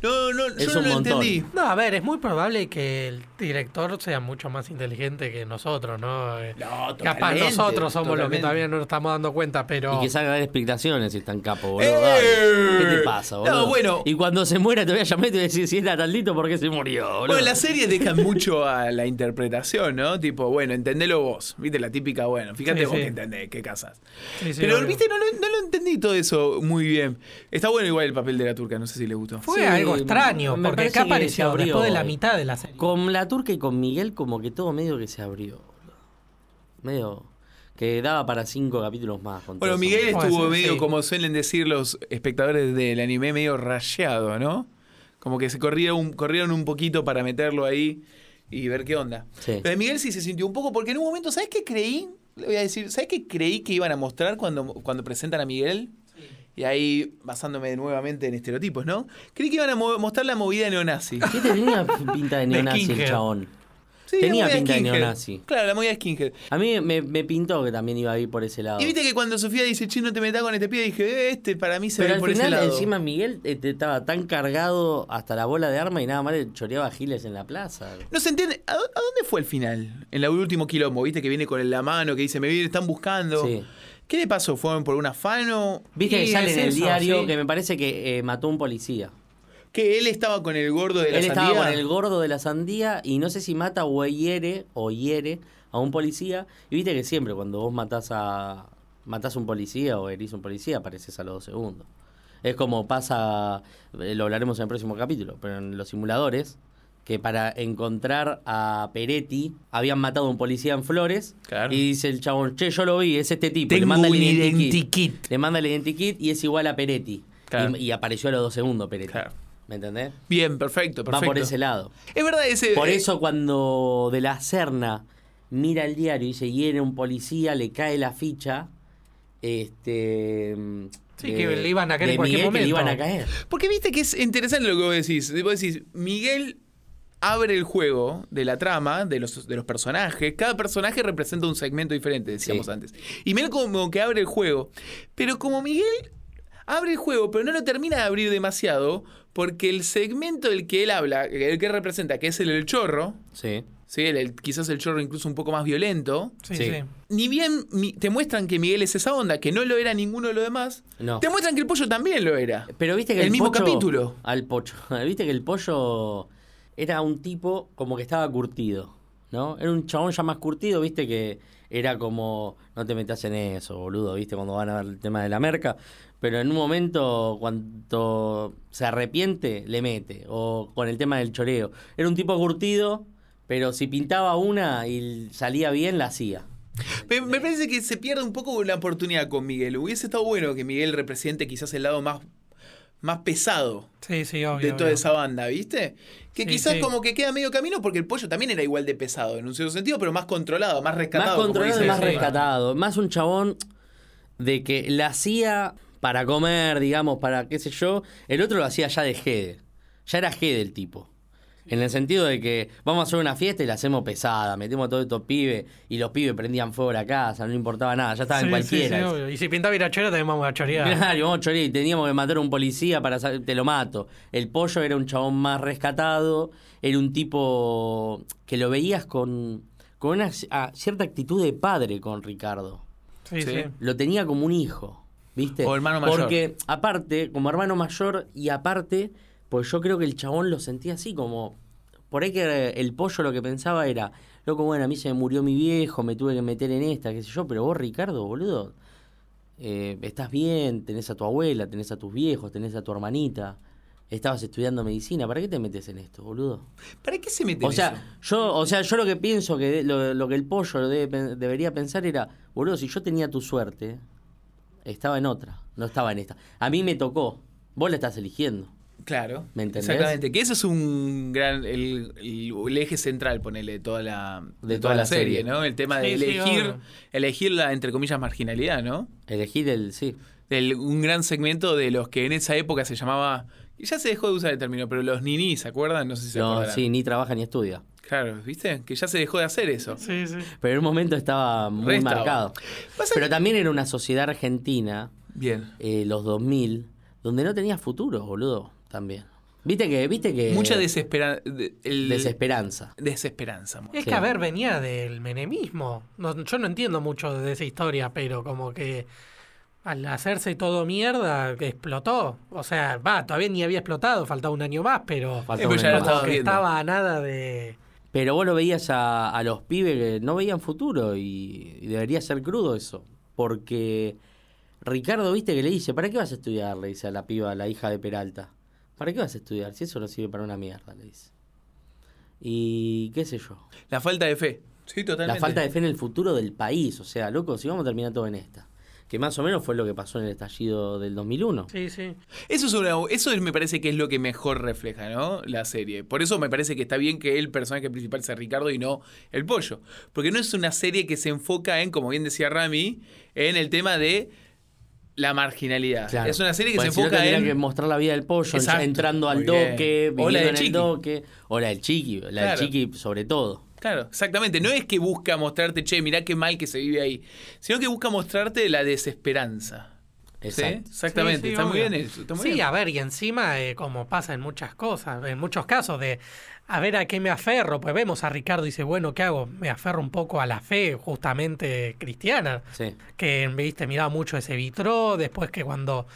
[SPEAKER 1] No, no,
[SPEAKER 3] Es
[SPEAKER 1] yo no
[SPEAKER 3] un
[SPEAKER 1] lo
[SPEAKER 3] montón.
[SPEAKER 1] entendí.
[SPEAKER 2] No, a ver, es muy probable que el director sea mucho más inteligente que nosotros, ¿no? Eh,
[SPEAKER 1] No,
[SPEAKER 2] Capaz
[SPEAKER 1] totalmente,
[SPEAKER 2] nosotros somos los que
[SPEAKER 1] totalmente.
[SPEAKER 2] todavía no nos estamos dando cuenta, pero.
[SPEAKER 3] Y que salga a dar explicaciones si están capo, boludo.
[SPEAKER 1] ¡Eh!
[SPEAKER 3] dale. ¿Qué te pasa,
[SPEAKER 1] No,
[SPEAKER 3] boludo?
[SPEAKER 1] bueno.
[SPEAKER 3] Y cuando se muera te voy a llamar y te voy a decir si era taldito porque se murió, boludo.
[SPEAKER 1] Bueno, las series dejan mucho a la interpretación, ¿no? Tipo, bueno, entendelo vos. ¿Viste? La típica, bueno, fíjate
[SPEAKER 2] Sí,
[SPEAKER 1] vos
[SPEAKER 2] sí.
[SPEAKER 1] que entendés, qué casas.
[SPEAKER 2] Sí, sí,
[SPEAKER 1] Pero,
[SPEAKER 2] obvio.
[SPEAKER 1] ¿viste? No lo, no lo entendí todo eso muy bien. Está bueno igual el papel de la turca, no sé si le gustó.
[SPEAKER 2] Fue
[SPEAKER 3] Sí,
[SPEAKER 2] algo extraño,
[SPEAKER 3] me
[SPEAKER 2] porque
[SPEAKER 3] parece
[SPEAKER 2] acá
[SPEAKER 3] que se
[SPEAKER 2] apareció
[SPEAKER 3] abrió.
[SPEAKER 2] después de la mitad de la serie.
[SPEAKER 3] Con la turca y con Miguel como que todo medio que se abrió. boludo. Medio que daba para cinco capítulos más. con todo
[SPEAKER 1] Bueno,
[SPEAKER 3] eso.
[SPEAKER 1] Miguel
[SPEAKER 2] Puede
[SPEAKER 1] estuvo
[SPEAKER 2] ser,
[SPEAKER 1] medio,
[SPEAKER 2] sí.
[SPEAKER 1] como suelen decir los espectadores del anime, medio rayado, ¿no? Como que se corría un- corrieron un poquito para meterlo ahí y ver qué onda.
[SPEAKER 3] Sí.
[SPEAKER 1] Lo de Eh, Miguel sí se sintió un poco, porque en un momento, ¿sabes qué creí? Le voy a decir, ¿sabes qué creí que iban a mostrar cuando, cuando presentan a Miguel? Y ahí, basándome nuevamente en estereotipos, ¿no? Creí que iban a mo- mostrar la movida neonazi.
[SPEAKER 3] ¿Qué tenía pinta de neonazi el
[SPEAKER 2] skinhead.
[SPEAKER 3] chabón?
[SPEAKER 1] Sí,
[SPEAKER 3] Tenía
[SPEAKER 1] la movida
[SPEAKER 3] pinta de
[SPEAKER 1] skinhead.
[SPEAKER 3] neonazi.
[SPEAKER 1] Claro, la movida skinhead.
[SPEAKER 3] A mí me, me pintó que también iba a ir por ese lado.
[SPEAKER 1] Y viste que cuando Sofía dice, che, no te metas con este pie, dije, "Eh, este para mí se
[SPEAKER 3] Pero
[SPEAKER 1] ve
[SPEAKER 3] al
[SPEAKER 1] por
[SPEAKER 3] final,
[SPEAKER 1] ese lado.
[SPEAKER 3] encima Miguel eh, te- estaba tan cargado hasta la bola de arma y nada más le choreaba giles en la plaza.
[SPEAKER 1] No se entiende. ¿A, dó- a dónde fue el final? En el último quilombo, viste que viene con la mano, que dice, me vienen, están buscando.
[SPEAKER 3] Sí.
[SPEAKER 1] ¿Qué le pasó? ¿Fueron por un afano?
[SPEAKER 3] Viste
[SPEAKER 2] Y
[SPEAKER 3] que sale
[SPEAKER 2] es
[SPEAKER 3] en el
[SPEAKER 2] eso,
[SPEAKER 3] diario
[SPEAKER 2] sí.
[SPEAKER 3] que me parece que eh, mató a un policía.
[SPEAKER 1] Que él estaba con el gordo de la
[SPEAKER 3] Él estaba
[SPEAKER 1] sandía?
[SPEAKER 3] con el gordo de la sandía y no sé si mata o hiere o hiere a un policía. Y viste que siempre cuando vos matás a matás a un policía o herís a un policía apareces a los dos segundos. Es como pasa, eh, lo hablaremos en el próximo capítulo, pero en los simuladores, que para encontrar a Peretti habían matado a un policía en Flores
[SPEAKER 1] Claro.
[SPEAKER 3] y dice el chabón, che, yo lo vi, es este tipo.
[SPEAKER 1] Tengo
[SPEAKER 3] le manda el
[SPEAKER 1] un
[SPEAKER 3] identikit.
[SPEAKER 1] identikit.
[SPEAKER 3] Le manda el identikit y es igual a Peretti.
[SPEAKER 1] Claro.
[SPEAKER 3] Y, y apareció a los dos segundos Peretti.
[SPEAKER 1] Claro.
[SPEAKER 3] ¿Me entendés?
[SPEAKER 1] Bien, perfecto,
[SPEAKER 3] Va
[SPEAKER 1] perfecto.
[SPEAKER 3] por ese lado.
[SPEAKER 1] Es verdad, ese.
[SPEAKER 3] Por
[SPEAKER 1] eh,
[SPEAKER 3] eso cuando de la Serna mira el diario y se hiere un policía, le cae la ficha, este...
[SPEAKER 2] Sí, que le iban a caer
[SPEAKER 3] de
[SPEAKER 2] en cualquier
[SPEAKER 3] Miguel, que le
[SPEAKER 2] momento.
[SPEAKER 3] iban a caer.
[SPEAKER 1] Porque viste que es interesante lo que vos decís. Vos decís, Miguel abre el juego de la trama, de los, de los personajes. Cada personaje representa un segmento diferente, decíamos
[SPEAKER 3] Sí.
[SPEAKER 1] antes. Y Miguel como que abre el juego. Pero como Miguel abre el juego, pero no lo termina de abrir demasiado, porque el segmento del que él habla, el que representa, que es el del chorro,
[SPEAKER 3] Sí.
[SPEAKER 1] ¿sí? El- el- quizás el chorro incluso un poco más violento.
[SPEAKER 2] Sí,
[SPEAKER 3] Sí.
[SPEAKER 2] sí.
[SPEAKER 1] Ni bien mi- te muestran que Miguel es esa onda, que no lo era ninguno de los demás,
[SPEAKER 3] No.
[SPEAKER 1] te muestran que el pollo también lo era.
[SPEAKER 3] Pero viste que
[SPEAKER 1] El
[SPEAKER 3] el,
[SPEAKER 1] mismo
[SPEAKER 3] pollo-
[SPEAKER 1] capítulo.
[SPEAKER 3] Al pollo. Viste que el pollo era un tipo como que estaba curtido, ¿no? Era un chabón ya más curtido, viste que era como, no te metas en eso, boludo, viste, cuando van a ver el tema de la merca. Pero en un momento, cuando se arrepiente, le mete. O con el tema del choreo. Era un tipo curtido, pero si pintaba una y salía bien, la hacía.
[SPEAKER 1] Me, me parece que se pierde un poco la oportunidad con Miguel. Hubiese estado bueno que Miguel represente quizás el lado más, más pesado
[SPEAKER 2] Sí, sí, obvio.
[SPEAKER 1] de toda
[SPEAKER 2] obvio.
[SPEAKER 1] esa banda, ¿viste? Que
[SPEAKER 2] Sí,
[SPEAKER 1] quizás
[SPEAKER 2] sí.
[SPEAKER 1] como que queda medio camino porque el pollo también era igual de pesado en un cierto sentido, pero más controlado, más rescatado.
[SPEAKER 3] Más
[SPEAKER 1] como
[SPEAKER 3] controlado y
[SPEAKER 1] dice
[SPEAKER 3] más
[SPEAKER 2] sí.
[SPEAKER 1] Seba.
[SPEAKER 3] rescatado. Más un chabón de que la hacía para comer, digamos, para qué sé yo. El otro lo hacía ya de jede. Ya era jede el tipo. En el sentido de que vamos a hacer una fiesta y la hacemos pesada. Metemos a todos estos pibes y los pibes prendían fuego a la casa. No le importaba nada. Ya estaban
[SPEAKER 2] Sí,
[SPEAKER 3] cualquiera.
[SPEAKER 2] sí, sí, obvio. Y si pintaba Irachera también vamos a chorear.
[SPEAKER 3] Claro, y vamos a chorear, y teníamos que matar a un policía para sa- te lo mato. El pollo era un chabón más rescatado, era un tipo que lo veías con, con una ci- ah, cierta actitud de padre con Ricardo.
[SPEAKER 2] Sí,
[SPEAKER 1] Sí.
[SPEAKER 2] sí.
[SPEAKER 3] Lo tenía como un hijo. ¿Viste?
[SPEAKER 1] O hermano mayor.
[SPEAKER 3] Porque, aparte, como hermano mayor y aparte, pues yo creo que el chabón lo sentía así, como. Por ahí que el pollo lo que pensaba era, loco, bueno, a mí se me murió mi viejo, me tuve que meter en esta, qué sé yo, pero vos, Ricardo, boludo, eh, estás bien, tenés a tu abuela, tenés a tus viejos, tenés a tu hermanita, estabas estudiando medicina, ¿para qué te metes en esto, boludo?
[SPEAKER 1] ¿Para qué se mete
[SPEAKER 3] O
[SPEAKER 1] en
[SPEAKER 3] sea,
[SPEAKER 1] eso?
[SPEAKER 3] yo, o sea, yo lo que pienso que de- lo, lo que el pollo lo debe pen- debería pensar era, boludo, si yo tenía tu suerte, estaba en otra, no estaba en esta. A mí me tocó, vos la estás eligiendo.
[SPEAKER 1] Claro.
[SPEAKER 3] ¿Me entendés?
[SPEAKER 1] Exactamente. Que eso es un gran. El, el- el eje central, ponele, de toda la, de toda la serie, ¿no? El tema de
[SPEAKER 2] Sí, sí,
[SPEAKER 1] elegir,
[SPEAKER 2] obvio.
[SPEAKER 1] elegir la, entre comillas, marginalidad, ¿no?
[SPEAKER 3] Elegir el, sí.
[SPEAKER 1] El- un gran segmento de los que en esa época se llamaba. y Ya se dejó de usar el término, pero los niní, ¿se acuerdan? No sé si se
[SPEAKER 3] No,
[SPEAKER 1] acuerdan.
[SPEAKER 3] sí, ni trabaja ni estudia.
[SPEAKER 1] Claro, ¿viste? Que ya se dejó de hacer eso.
[SPEAKER 2] Sí, sí.
[SPEAKER 3] Pero en un momento estaba muy
[SPEAKER 1] Re estaba.
[SPEAKER 3] marcado.
[SPEAKER 1] Pasa
[SPEAKER 3] Pero
[SPEAKER 1] que-
[SPEAKER 3] también era una sociedad argentina,
[SPEAKER 1] Bien.
[SPEAKER 3] eh, los 2000, donde no tenía futuro, boludo, también. Viste que, viste que...
[SPEAKER 1] Mucha desesperanza. el
[SPEAKER 3] desesperanza.
[SPEAKER 1] desesperanza. amor.
[SPEAKER 2] Es
[SPEAKER 3] Sí.
[SPEAKER 2] que, a ver, venía del menemismo. No- yo no entiendo mucho de esa historia, pero como que al hacerse todo mierda, que explotó. O sea, va, todavía ni había explotado, faltaba un año más, pero
[SPEAKER 3] Falta
[SPEAKER 1] Eh, pero
[SPEAKER 3] un
[SPEAKER 1] ya lo
[SPEAKER 3] empate.
[SPEAKER 1] estaba
[SPEAKER 2] que
[SPEAKER 1] viendo.
[SPEAKER 2] estaba a nada de...
[SPEAKER 3] Pero vos lo veías a, a los pibes que no veían futuro y, y debería ser crudo eso. Porque Ricardo, viste que le dice, ¿para qué vas a estudiar? Le dice a la piba, a la hija de Peralta. ¿Para qué vas a estudiar? Si eso no sirve para una mierda, le dice. Y qué sé yo.
[SPEAKER 1] La falta de fe. Sí, totalmente.
[SPEAKER 3] La falta de fe en el futuro del país. O sea, loco, si vamos a terminar todo en esta. Que más o menos fue lo que pasó en el estallido del 2001.
[SPEAKER 2] Sí, sí.
[SPEAKER 1] Eso, es una- eso es- me parece que es lo que mejor refleja, ¿no? La serie. Por eso me parece que está bien que el personaje principal sea Ricardo y no el pollo. Porque no es una serie que se enfoca en, como bien decía Rami, en el tema de la marginalidad.
[SPEAKER 3] Claro.
[SPEAKER 1] Es una serie que
[SPEAKER 3] Porque
[SPEAKER 1] se
[SPEAKER 3] si no
[SPEAKER 1] enfoca
[SPEAKER 3] tendrían
[SPEAKER 1] en.
[SPEAKER 3] que mostrar la vida del pollo,
[SPEAKER 1] Exacto.
[SPEAKER 3] entrando al
[SPEAKER 1] Muy
[SPEAKER 3] doque,
[SPEAKER 1] bien. O la
[SPEAKER 3] viniendo
[SPEAKER 1] del
[SPEAKER 3] en
[SPEAKER 1] Chiqui.
[SPEAKER 3] el doque. O la del chiqui, la
[SPEAKER 1] Claro.
[SPEAKER 3] del chiqui sobre todo.
[SPEAKER 1] Claro, exactamente. No es que busca mostrarte, che, mirá qué mal que se vive ahí. Sino que busca mostrarte la desesperanza. ¿Sí?
[SPEAKER 3] Exacto.
[SPEAKER 1] Exactamente.
[SPEAKER 2] Sí, sí,
[SPEAKER 1] está muy
[SPEAKER 2] obvio.
[SPEAKER 1] bien eso. Está muy
[SPEAKER 2] sí,
[SPEAKER 1] bien.
[SPEAKER 2] a ver, y encima, eh, como pasa en muchas cosas, en muchos casos, de a ver a qué me aferro, pues vemos a Ricardo y dice, bueno, ¿qué hago? Me aferro un poco a la fe, justamente cristiana,
[SPEAKER 3] Sí.
[SPEAKER 2] que, viste, miraba mucho ese vitró, después que cuando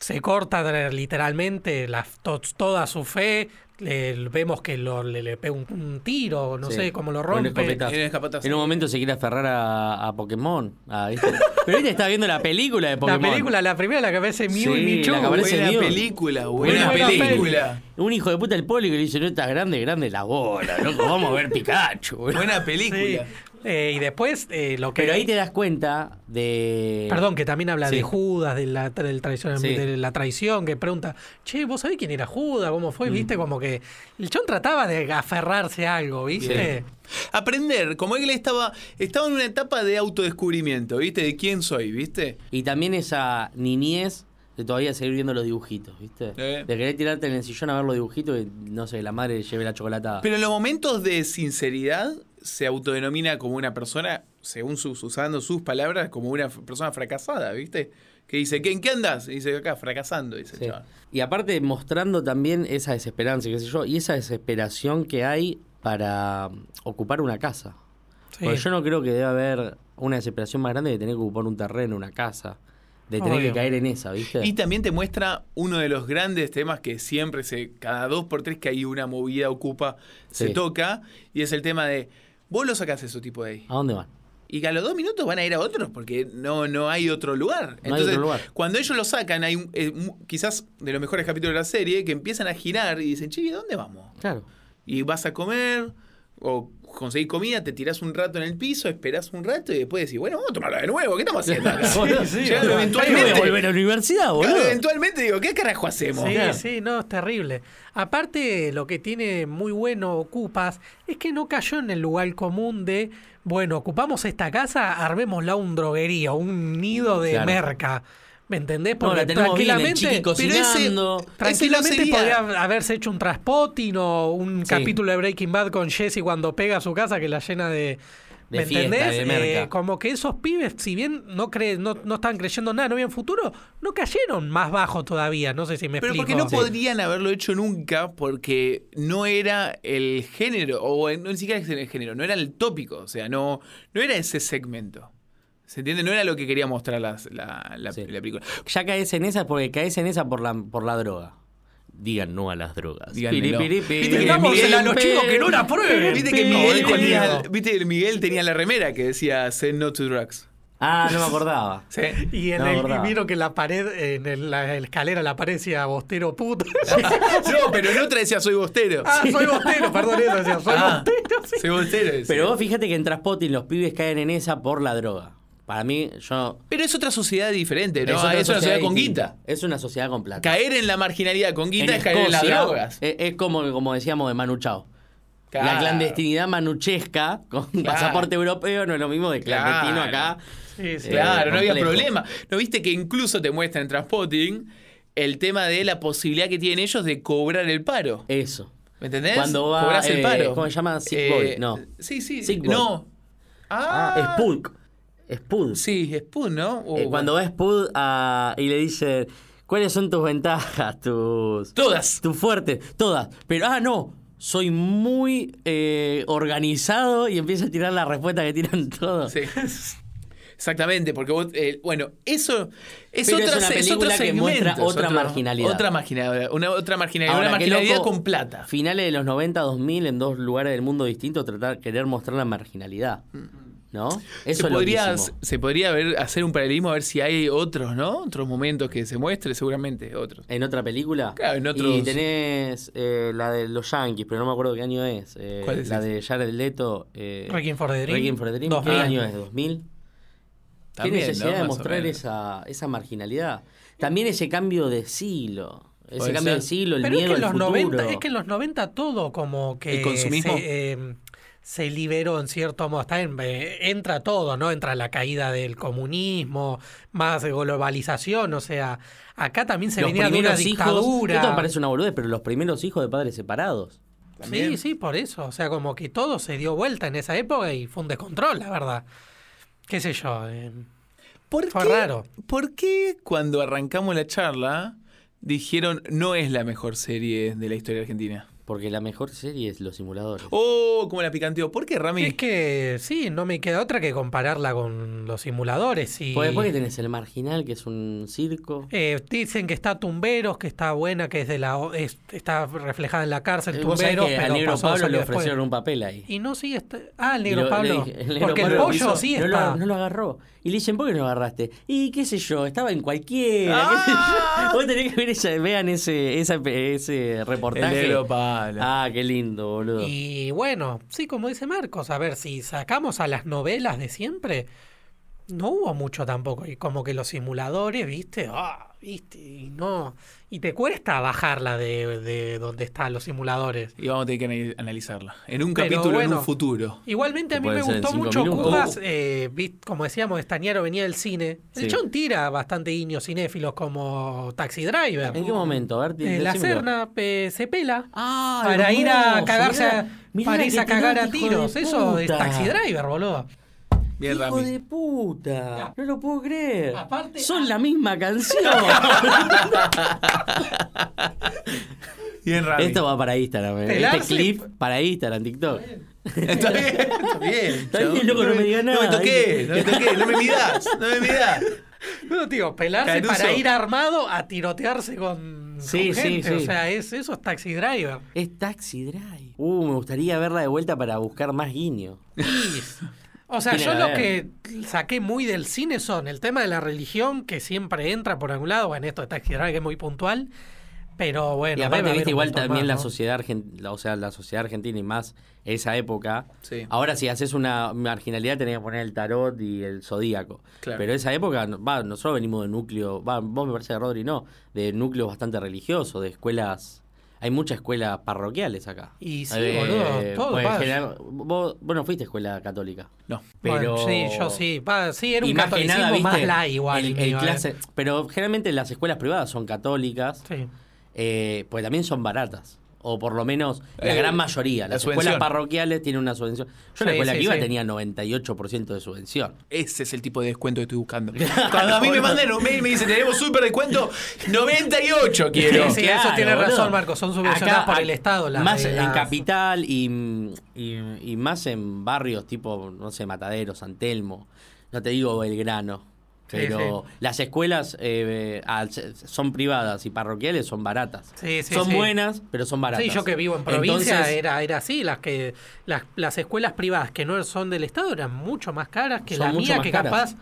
[SPEAKER 2] se corta de- literalmente la- to- toda su fe, le- vemos que lo- le, le pega un, un tiro, no
[SPEAKER 3] Sí.
[SPEAKER 2] sé cómo lo
[SPEAKER 3] Con una
[SPEAKER 2] rompe.
[SPEAKER 3] escopeta.
[SPEAKER 1] En el escapatazo.
[SPEAKER 3] En un momento se quiere aferrar a, a Pokémon. Ah, ¿viste? Pero viste, está viendo la película de
[SPEAKER 2] La
[SPEAKER 3] Pokémon.
[SPEAKER 2] película, la primera, la que aparece Mew y
[SPEAKER 3] Sí,
[SPEAKER 2] Michu.
[SPEAKER 3] la que aparece
[SPEAKER 1] buena
[SPEAKER 3] Dios.
[SPEAKER 1] película, buena,
[SPEAKER 3] Buena
[SPEAKER 1] película.
[SPEAKER 2] película.
[SPEAKER 3] Un hijo de puta del poli que le dice, no estás grande, grande la bola, loco, vamos a ver Pikachu. boludo".
[SPEAKER 1] Buena
[SPEAKER 2] Sí.
[SPEAKER 1] película.
[SPEAKER 2] Eh, y después eh, lo que...
[SPEAKER 3] Pero ahí te das cuenta de...
[SPEAKER 2] Perdón, que también habla
[SPEAKER 3] Eh, Sí.
[SPEAKER 2] de Judas, de la, tra- del traición-
[SPEAKER 3] Sí.
[SPEAKER 2] de la traición, que pregunta, che, ¿vos sabés quién era Judas? ¿Cómo
[SPEAKER 3] Mm.
[SPEAKER 2] fue? ¿Viste? Como que el chon trataba de aferrarse a algo, ¿viste?
[SPEAKER 1] Aprender, como él estaba, estaba en una etapa de autodescubrimiento, ¿viste? De quién soy, ¿viste?
[SPEAKER 3] Y también esa niñez de todavía seguir viendo los dibujitos, ¿viste?
[SPEAKER 1] Eh.
[SPEAKER 3] De querer tirarte en el sillón a ver los dibujitos y, no sé, la madre lleve la chocolatada.
[SPEAKER 1] Pero en los momentos de sinceridad se autodenomina como una persona, según sus, usando sus palabras, como una f- persona fracasada, ¿viste? Que dice, ¿qué- ¿en qué andas? Y dice, acá, fracasando, dice el
[SPEAKER 3] Sí.
[SPEAKER 1] chaval.
[SPEAKER 3] Y aparte mostrando también esa desesperanza, qué sé yo, y esa desesperación que hay para mm, ocupar una casa.
[SPEAKER 2] Sí.
[SPEAKER 3] Porque yo no creo que deba haber una desesperación más grande de tener que ocupar un terreno, una casa, de tener
[SPEAKER 2] Obvio.
[SPEAKER 3] que caer en esa, ¿viste?
[SPEAKER 1] Y también te muestra uno de los grandes temas que siempre se, cada dos por tres que hay una movida ocupa, se
[SPEAKER 3] Sí.
[SPEAKER 1] toca, y es el tema de, vos lo sacás eso tipo de ahí.
[SPEAKER 3] ¿A dónde van?
[SPEAKER 1] Y que a los dos minutos van a ir a otros porque no, no hay otro lugar.
[SPEAKER 3] No hay otro lugar.
[SPEAKER 1] cuando ellos lo sacan, hay un- eh, mu- quizás de los mejores capítulos de la serie que empiezan a girar y dicen, che, ¿y dónde vamos?
[SPEAKER 3] Claro.
[SPEAKER 1] Y vas a comer o conseguís comida, te tirás un rato en el piso, esperás un rato y después decís, bueno, vamos a tomarla de nuevo, ¿qué estamos haciendo?
[SPEAKER 3] Boludo,
[SPEAKER 1] Llegando
[SPEAKER 2] sí, boludo.
[SPEAKER 3] ¿Hay que
[SPEAKER 1] eventualmente.
[SPEAKER 3] volver a la universidad, boludo?
[SPEAKER 1] Claro, eventualmente digo, ¿qué carajo hacemos?
[SPEAKER 2] Sí,
[SPEAKER 3] Claro.
[SPEAKER 2] sí, no, es terrible. Aparte, lo que tiene muy bueno Ocupas es que no cayó en el lugar común de, bueno, ocupamos esta casa, armémosla un droguería, un nido de
[SPEAKER 3] Claro.
[SPEAKER 2] merca. ¿Me entendés?
[SPEAKER 3] No,
[SPEAKER 2] Porque
[SPEAKER 3] la tenemos bien, el
[SPEAKER 2] tranquilamente,
[SPEAKER 3] chiqui
[SPEAKER 1] Pero ese,
[SPEAKER 3] cocinando.
[SPEAKER 1] ese no
[SPEAKER 2] Tranquilamente
[SPEAKER 1] sería-
[SPEAKER 2] podría haberse hecho un traspotting o un
[SPEAKER 3] Sí.
[SPEAKER 2] capítulo de Breaking Bad con Jesse cuando pega a su casa que la llena de.
[SPEAKER 3] De
[SPEAKER 2] ¿Me
[SPEAKER 3] fiesta,
[SPEAKER 2] entendés?
[SPEAKER 3] de merca.
[SPEAKER 2] Eh, como que esos pibes, si bien no, creen, no, no estaban creyendo en nada, no habían futuro, no cayeron más bajo todavía. No sé si me
[SPEAKER 1] Pero
[SPEAKER 2] explico.
[SPEAKER 1] porque no podrían haberlo hecho nunca porque no era el género, o en- no ni siquiera es el género, no era el tópico, o sea, no, no era ese segmento. ¿Se entiende? No era lo que quería mostrar las- la, la-
[SPEAKER 3] Sí.
[SPEAKER 1] la película.
[SPEAKER 3] Ya caes en esa porque caes en esa por la, por la droga. Digan no a las drogas.
[SPEAKER 1] Díganmelo.
[SPEAKER 3] Piripiripi.
[SPEAKER 1] Viste que Miguel-
[SPEAKER 2] a los chicos que no la prueben.
[SPEAKER 1] Viste que
[SPEAKER 2] No,
[SPEAKER 1] Miguel,
[SPEAKER 2] dijo
[SPEAKER 1] tenía,
[SPEAKER 2] Diego.
[SPEAKER 1] viste que el Miguel tenía la remera que decía Say no to drugs.
[SPEAKER 3] Ah, no me acordaba.
[SPEAKER 1] ¿Sí?
[SPEAKER 2] Y, en
[SPEAKER 3] No,
[SPEAKER 2] el- y
[SPEAKER 3] verdad.
[SPEAKER 2] vieron que la pared, en el- la escalera, la pared decía bostero puto.
[SPEAKER 1] No, pero en otra decía soy bostero.
[SPEAKER 2] ah, soy bostero, perdón, eso decía, soy
[SPEAKER 1] Ah,
[SPEAKER 2] bostero. sí.
[SPEAKER 1] Soy bostero. decía.
[SPEAKER 3] Pero vos fíjate que en Traspotin los pibes caen en esa por la droga. Para mí, yo.
[SPEAKER 1] Pero es otra sociedad diferente, ¿no? ah, Es,
[SPEAKER 3] otra
[SPEAKER 1] una sociedad con
[SPEAKER 3] distinta.
[SPEAKER 1] guita.
[SPEAKER 3] Es una sociedad con plata.
[SPEAKER 1] Caer en la marginalidad con guita
[SPEAKER 3] En
[SPEAKER 1] es caer en las
[SPEAKER 3] Escocia,
[SPEAKER 1] drogas.
[SPEAKER 3] Es, es como, como decíamos de Manu Chao. La
[SPEAKER 1] Claro.
[SPEAKER 3] clandestinidad manuchesca con pasaporte europeo no es lo mismo de clandestino
[SPEAKER 1] Claro.
[SPEAKER 3] acá.
[SPEAKER 2] Sí, sí.
[SPEAKER 3] Eh,
[SPEAKER 1] Claro, no había
[SPEAKER 3] complejo.
[SPEAKER 1] problema. ¿No viste que incluso te muestra en Transpotting el tema de la posibilidad que tienen ellos de cobrar el paro?
[SPEAKER 3] Eso.
[SPEAKER 1] ¿Me entendés?
[SPEAKER 3] Cuando va,
[SPEAKER 1] Cobrás el
[SPEAKER 3] eh,
[SPEAKER 1] paro. Eh,
[SPEAKER 3] ¿cómo se llama? Sick Boy, no.
[SPEAKER 1] Sí, sí.
[SPEAKER 3] Sick Boy.
[SPEAKER 1] No.
[SPEAKER 3] Ah,
[SPEAKER 1] Ah,
[SPEAKER 3] Spud. Spud.
[SPEAKER 1] Sí, Spoon, ¿no? Uh, O-
[SPEAKER 3] Eh, cuando va Spud a- y le dice, ¿cuáles son tus ventajas? Tus,
[SPEAKER 1] Todas.
[SPEAKER 3] tus fuertes, todas. Pero, ah, no, soy muy eh, organizado y empieza a tirar la respuesta que tiran todos.
[SPEAKER 1] Sí. Exactamente, porque vos, eh, bueno, eso es,
[SPEAKER 3] Pero es
[SPEAKER 1] otra,
[SPEAKER 3] una
[SPEAKER 1] es otro
[SPEAKER 3] película que
[SPEAKER 1] segmento,
[SPEAKER 3] muestra
[SPEAKER 1] es
[SPEAKER 3] otra
[SPEAKER 1] otro-
[SPEAKER 3] marginalidad.
[SPEAKER 1] Otra marginalidad, una, otra marginalidad,
[SPEAKER 3] Ahora,
[SPEAKER 1] una
[SPEAKER 3] qué
[SPEAKER 1] marginalidad
[SPEAKER 3] loco,
[SPEAKER 1] con plata.
[SPEAKER 3] Finales de los 90, 2000, en dos lugares del mundo distintos, tratar, querer mostrar la marginalidad. ¿No? Eso
[SPEAKER 1] Mm. se,
[SPEAKER 3] es
[SPEAKER 1] podría,
[SPEAKER 3] loquísimo.
[SPEAKER 1] se podría ver, hacer un paralelismo a ver si hay otros, ¿no? Otros momentos que se muestre, seguramente, otros.
[SPEAKER 3] En otra película.
[SPEAKER 1] Claro, en otros-
[SPEAKER 3] Y tenés eh, la de los Yankees, pero no me acuerdo qué año es. Eh,
[SPEAKER 1] ¿Cuál es
[SPEAKER 3] la de Jared Leto. Eh,
[SPEAKER 2] Requiem for the Dream.
[SPEAKER 3] Requiem for the Dream.
[SPEAKER 2] 2000.
[SPEAKER 3] ¿Qué año es? ¿2000? Qué
[SPEAKER 1] También,
[SPEAKER 3] necesidad
[SPEAKER 1] ¿no?
[SPEAKER 3] de
[SPEAKER 1] Más o
[SPEAKER 3] mostrar
[SPEAKER 1] menos.
[SPEAKER 3] esa, esa marginalidad. También ese cambio de siglo. Ese
[SPEAKER 1] Puede
[SPEAKER 3] cambio
[SPEAKER 1] ser.
[SPEAKER 3] de siglo, el
[SPEAKER 2] Pero es
[SPEAKER 3] miedo
[SPEAKER 2] que, en los
[SPEAKER 3] al futuro.
[SPEAKER 2] 90, es que en los 90 todo como que
[SPEAKER 1] ¿El consumismo?
[SPEAKER 2] Se, eh, se liberó en cierto modo. Está en- eh, entra todo, ¿no? Entra la caída del comunismo, más globalización, o sea, acá también se
[SPEAKER 3] Los
[SPEAKER 2] venía de una
[SPEAKER 3] primeros hijos.
[SPEAKER 2] dictadura.
[SPEAKER 3] Esto parece una boludez, pero los primeros hijos de padres separados.
[SPEAKER 2] Sí, sí, por eso. O sea, como que todo se dio vuelta en esa época y fue un descontrol, la verdad. Qué sé yo. eh,
[SPEAKER 1] ¿Por
[SPEAKER 2] Fue
[SPEAKER 1] qué-
[SPEAKER 2] raro.
[SPEAKER 1] ¿Por qué cuando arrancamos la charla dijeron no es la mejor serie de la historia argentina?
[SPEAKER 3] Porque la mejor serie es Los Simuladores.
[SPEAKER 1] Oh, como la picanteó. ¿Por qué, Rami?
[SPEAKER 2] Es que sí, no me queda otra que compararla con los simuladores. Y...
[SPEAKER 3] Porque después que tenés El Marginal, que es un circo.
[SPEAKER 2] Eh, dicen que está Tumberos, que está buena, que es de la, o- es- está reflejada en la cárcel
[SPEAKER 3] Eh, Vos sabés
[SPEAKER 2] Tumberos,
[SPEAKER 3] que
[SPEAKER 2] pero
[SPEAKER 3] al negro
[SPEAKER 2] pasó,
[SPEAKER 3] Pablo
[SPEAKER 2] salió
[SPEAKER 3] le
[SPEAKER 2] después.
[SPEAKER 3] ofrecieron un papel ahí.
[SPEAKER 2] Y no, sí está. Ah, el
[SPEAKER 3] Y
[SPEAKER 2] negro
[SPEAKER 3] lo-
[SPEAKER 2] Pablo.
[SPEAKER 3] le dije- el negro
[SPEAKER 2] Porque el
[SPEAKER 3] Pablo
[SPEAKER 2] pollo
[SPEAKER 3] hizo-
[SPEAKER 2] sí
[SPEAKER 3] no
[SPEAKER 2] está.
[SPEAKER 3] Lo, no lo agarró. Y le dicen, ¿por qué no lo agarraste? Y qué sé yo, estaba en cualquiera. qué sé
[SPEAKER 1] Ah.
[SPEAKER 3] yo. Vos tenés que ver, esa- vean ese, esa- ese
[SPEAKER 1] el
[SPEAKER 3] reportaje.
[SPEAKER 1] negro palo.
[SPEAKER 3] Ah, qué lindo, boludo.
[SPEAKER 2] Y bueno, sí, como dice Marcos, a ver, si sacamos a las novelas de siempre, no hubo mucho tampoco. Y como que los simuladores, viste, ah, viste, y no. Y te cuesta bajarla de, de donde están los simuladores.
[SPEAKER 1] Y vamos a tener que anali- analizarla. En un
[SPEAKER 2] Pero
[SPEAKER 1] capítulo, en
[SPEAKER 2] bueno.
[SPEAKER 1] un futuro.
[SPEAKER 2] Igualmente a
[SPEAKER 3] Que
[SPEAKER 2] mí
[SPEAKER 3] pueden
[SPEAKER 2] me
[SPEAKER 3] ser en
[SPEAKER 2] gustó
[SPEAKER 3] cinco
[SPEAKER 2] mucho
[SPEAKER 3] minutos.
[SPEAKER 2] Cubas, eh, vi- como decíamos, Estañero venía del cine.
[SPEAKER 3] Sí.
[SPEAKER 2] El chon tira bastante guiños cinéfilos como Taxi Driver.
[SPEAKER 3] ¿En qué momento? A ver,
[SPEAKER 2] Eh, la
[SPEAKER 3] decímelo.
[SPEAKER 2] Serna eh, se pela
[SPEAKER 3] Ah,
[SPEAKER 2] para ir a
[SPEAKER 3] hermoso,
[SPEAKER 2] cagarse, a-
[SPEAKER 3] mirá, mirá
[SPEAKER 2] para
[SPEAKER 3] la
[SPEAKER 2] irse
[SPEAKER 3] que
[SPEAKER 2] a
[SPEAKER 3] tiró,
[SPEAKER 2] cagar a
[SPEAKER 3] hijo de
[SPEAKER 2] tiros. Eso es
[SPEAKER 3] puta.
[SPEAKER 2] Taxi Driver, boludo.
[SPEAKER 1] Bien,
[SPEAKER 3] Hijo
[SPEAKER 1] Rami.
[SPEAKER 3] de puta, no lo puedo creer.
[SPEAKER 2] Aparte- ah.
[SPEAKER 3] Son la misma canción.
[SPEAKER 1] Bien, Rami.
[SPEAKER 3] Esto va para Instagram, eh.
[SPEAKER 2] Pelarse-
[SPEAKER 3] este clip para Instagram, TikTok.
[SPEAKER 1] Está bien, está bien.
[SPEAKER 3] Está
[SPEAKER 1] chabón.
[SPEAKER 3] bien, loco, no me digas
[SPEAKER 1] No me
[SPEAKER 3] nada.
[SPEAKER 1] toqué, no me toqué, no me midás, no me midás.
[SPEAKER 2] No, tío, pelarse
[SPEAKER 1] Caruso.
[SPEAKER 2] para ir armado a tirotearse con,
[SPEAKER 3] Sí,
[SPEAKER 2] con
[SPEAKER 3] sí,
[SPEAKER 2] gente.
[SPEAKER 3] sí.
[SPEAKER 2] O sea, es, eso es Taxi Driver.
[SPEAKER 3] Es Taxi Drive. Uh, me gustaría verla de vuelta para buscar más guiño.
[SPEAKER 2] O sea,
[SPEAKER 3] Tiene
[SPEAKER 2] yo
[SPEAKER 3] que
[SPEAKER 2] lo
[SPEAKER 3] haber.
[SPEAKER 2] que saqué muy del cine son el tema de la religión, que siempre entra por algún lado. Bueno, esto de Taxi Driver que es muy puntual. Pero bueno,
[SPEAKER 3] y aparte,
[SPEAKER 2] debe
[SPEAKER 3] viste,
[SPEAKER 2] haber
[SPEAKER 3] igual
[SPEAKER 2] mucho
[SPEAKER 3] también la
[SPEAKER 2] más, ¿no?
[SPEAKER 3] sociedad argentina, o sea, la sociedad argentina y más esa época.
[SPEAKER 1] Sí.
[SPEAKER 3] Ahora, si haces una marginalidad, tenés que poner el tarot y el zodíaco.
[SPEAKER 1] Claro.
[SPEAKER 3] Pero esa época, no- va, nosotros venimos de núcleo, va, vos me parece, Rodri, no, de núcleos bastante religiosos, de escuelas. Hay muchas escuelas parroquiales acá.
[SPEAKER 2] Y sí, boludo, todo
[SPEAKER 3] pues, en
[SPEAKER 2] pasa.
[SPEAKER 3] general, vos, vos no fuiste a escuela católica.
[SPEAKER 1] No.
[SPEAKER 3] Pero...
[SPEAKER 2] Bueno, sí, yo sí. Va, sí, era
[SPEAKER 3] Y
[SPEAKER 2] un
[SPEAKER 3] más que
[SPEAKER 2] catolicismo
[SPEAKER 3] nada,
[SPEAKER 2] más
[SPEAKER 3] viste,
[SPEAKER 2] light igual.
[SPEAKER 3] el- el
[SPEAKER 2] mío, ¿eh?
[SPEAKER 3] clase- pero generalmente las escuelas privadas son católicas,
[SPEAKER 2] Sí.
[SPEAKER 3] eh, pues también son baratas. O por lo menos la
[SPEAKER 1] Eh,
[SPEAKER 3] gran mayoría.
[SPEAKER 1] la
[SPEAKER 3] Las
[SPEAKER 1] subvención.
[SPEAKER 3] escuelas parroquiales tienen una subvención.
[SPEAKER 2] Sí,
[SPEAKER 3] Yo en la escuela
[SPEAKER 2] sí,
[SPEAKER 3] que iba
[SPEAKER 2] sí.
[SPEAKER 3] tenía 98% de subvención.
[SPEAKER 1] Ese es el tipo de descuento que estoy buscando. Cuando a mí me mandan un mail y me dicen, tenemos súper descuento, 98 quiero.
[SPEAKER 2] Sí, sí. eso tiene razón, Marco, son subvencionadas por el Estado, las
[SPEAKER 3] más
[SPEAKER 2] de
[SPEAKER 3] en
[SPEAKER 2] las-
[SPEAKER 3] capital y, y- y más en barrios tipo, no sé, Matadero, San Telmo. no te digo Belgrano,
[SPEAKER 2] Sí,
[SPEAKER 3] pero
[SPEAKER 2] sí.
[SPEAKER 3] las escuelas eh, ah, se- son privadas y parroquiales son baratas.
[SPEAKER 2] Sí, sí,
[SPEAKER 3] son
[SPEAKER 2] sí.
[SPEAKER 3] buenas, pero son baratas.
[SPEAKER 2] Sí, yo que vivo en provincia
[SPEAKER 3] Entonces,
[SPEAKER 2] era, era así, las que las, las escuelas privadas que no son del Estado eran mucho más caras que
[SPEAKER 3] Son
[SPEAKER 2] la
[SPEAKER 3] mucho
[SPEAKER 2] mía,
[SPEAKER 3] más
[SPEAKER 2] que
[SPEAKER 3] caras.
[SPEAKER 2] capaz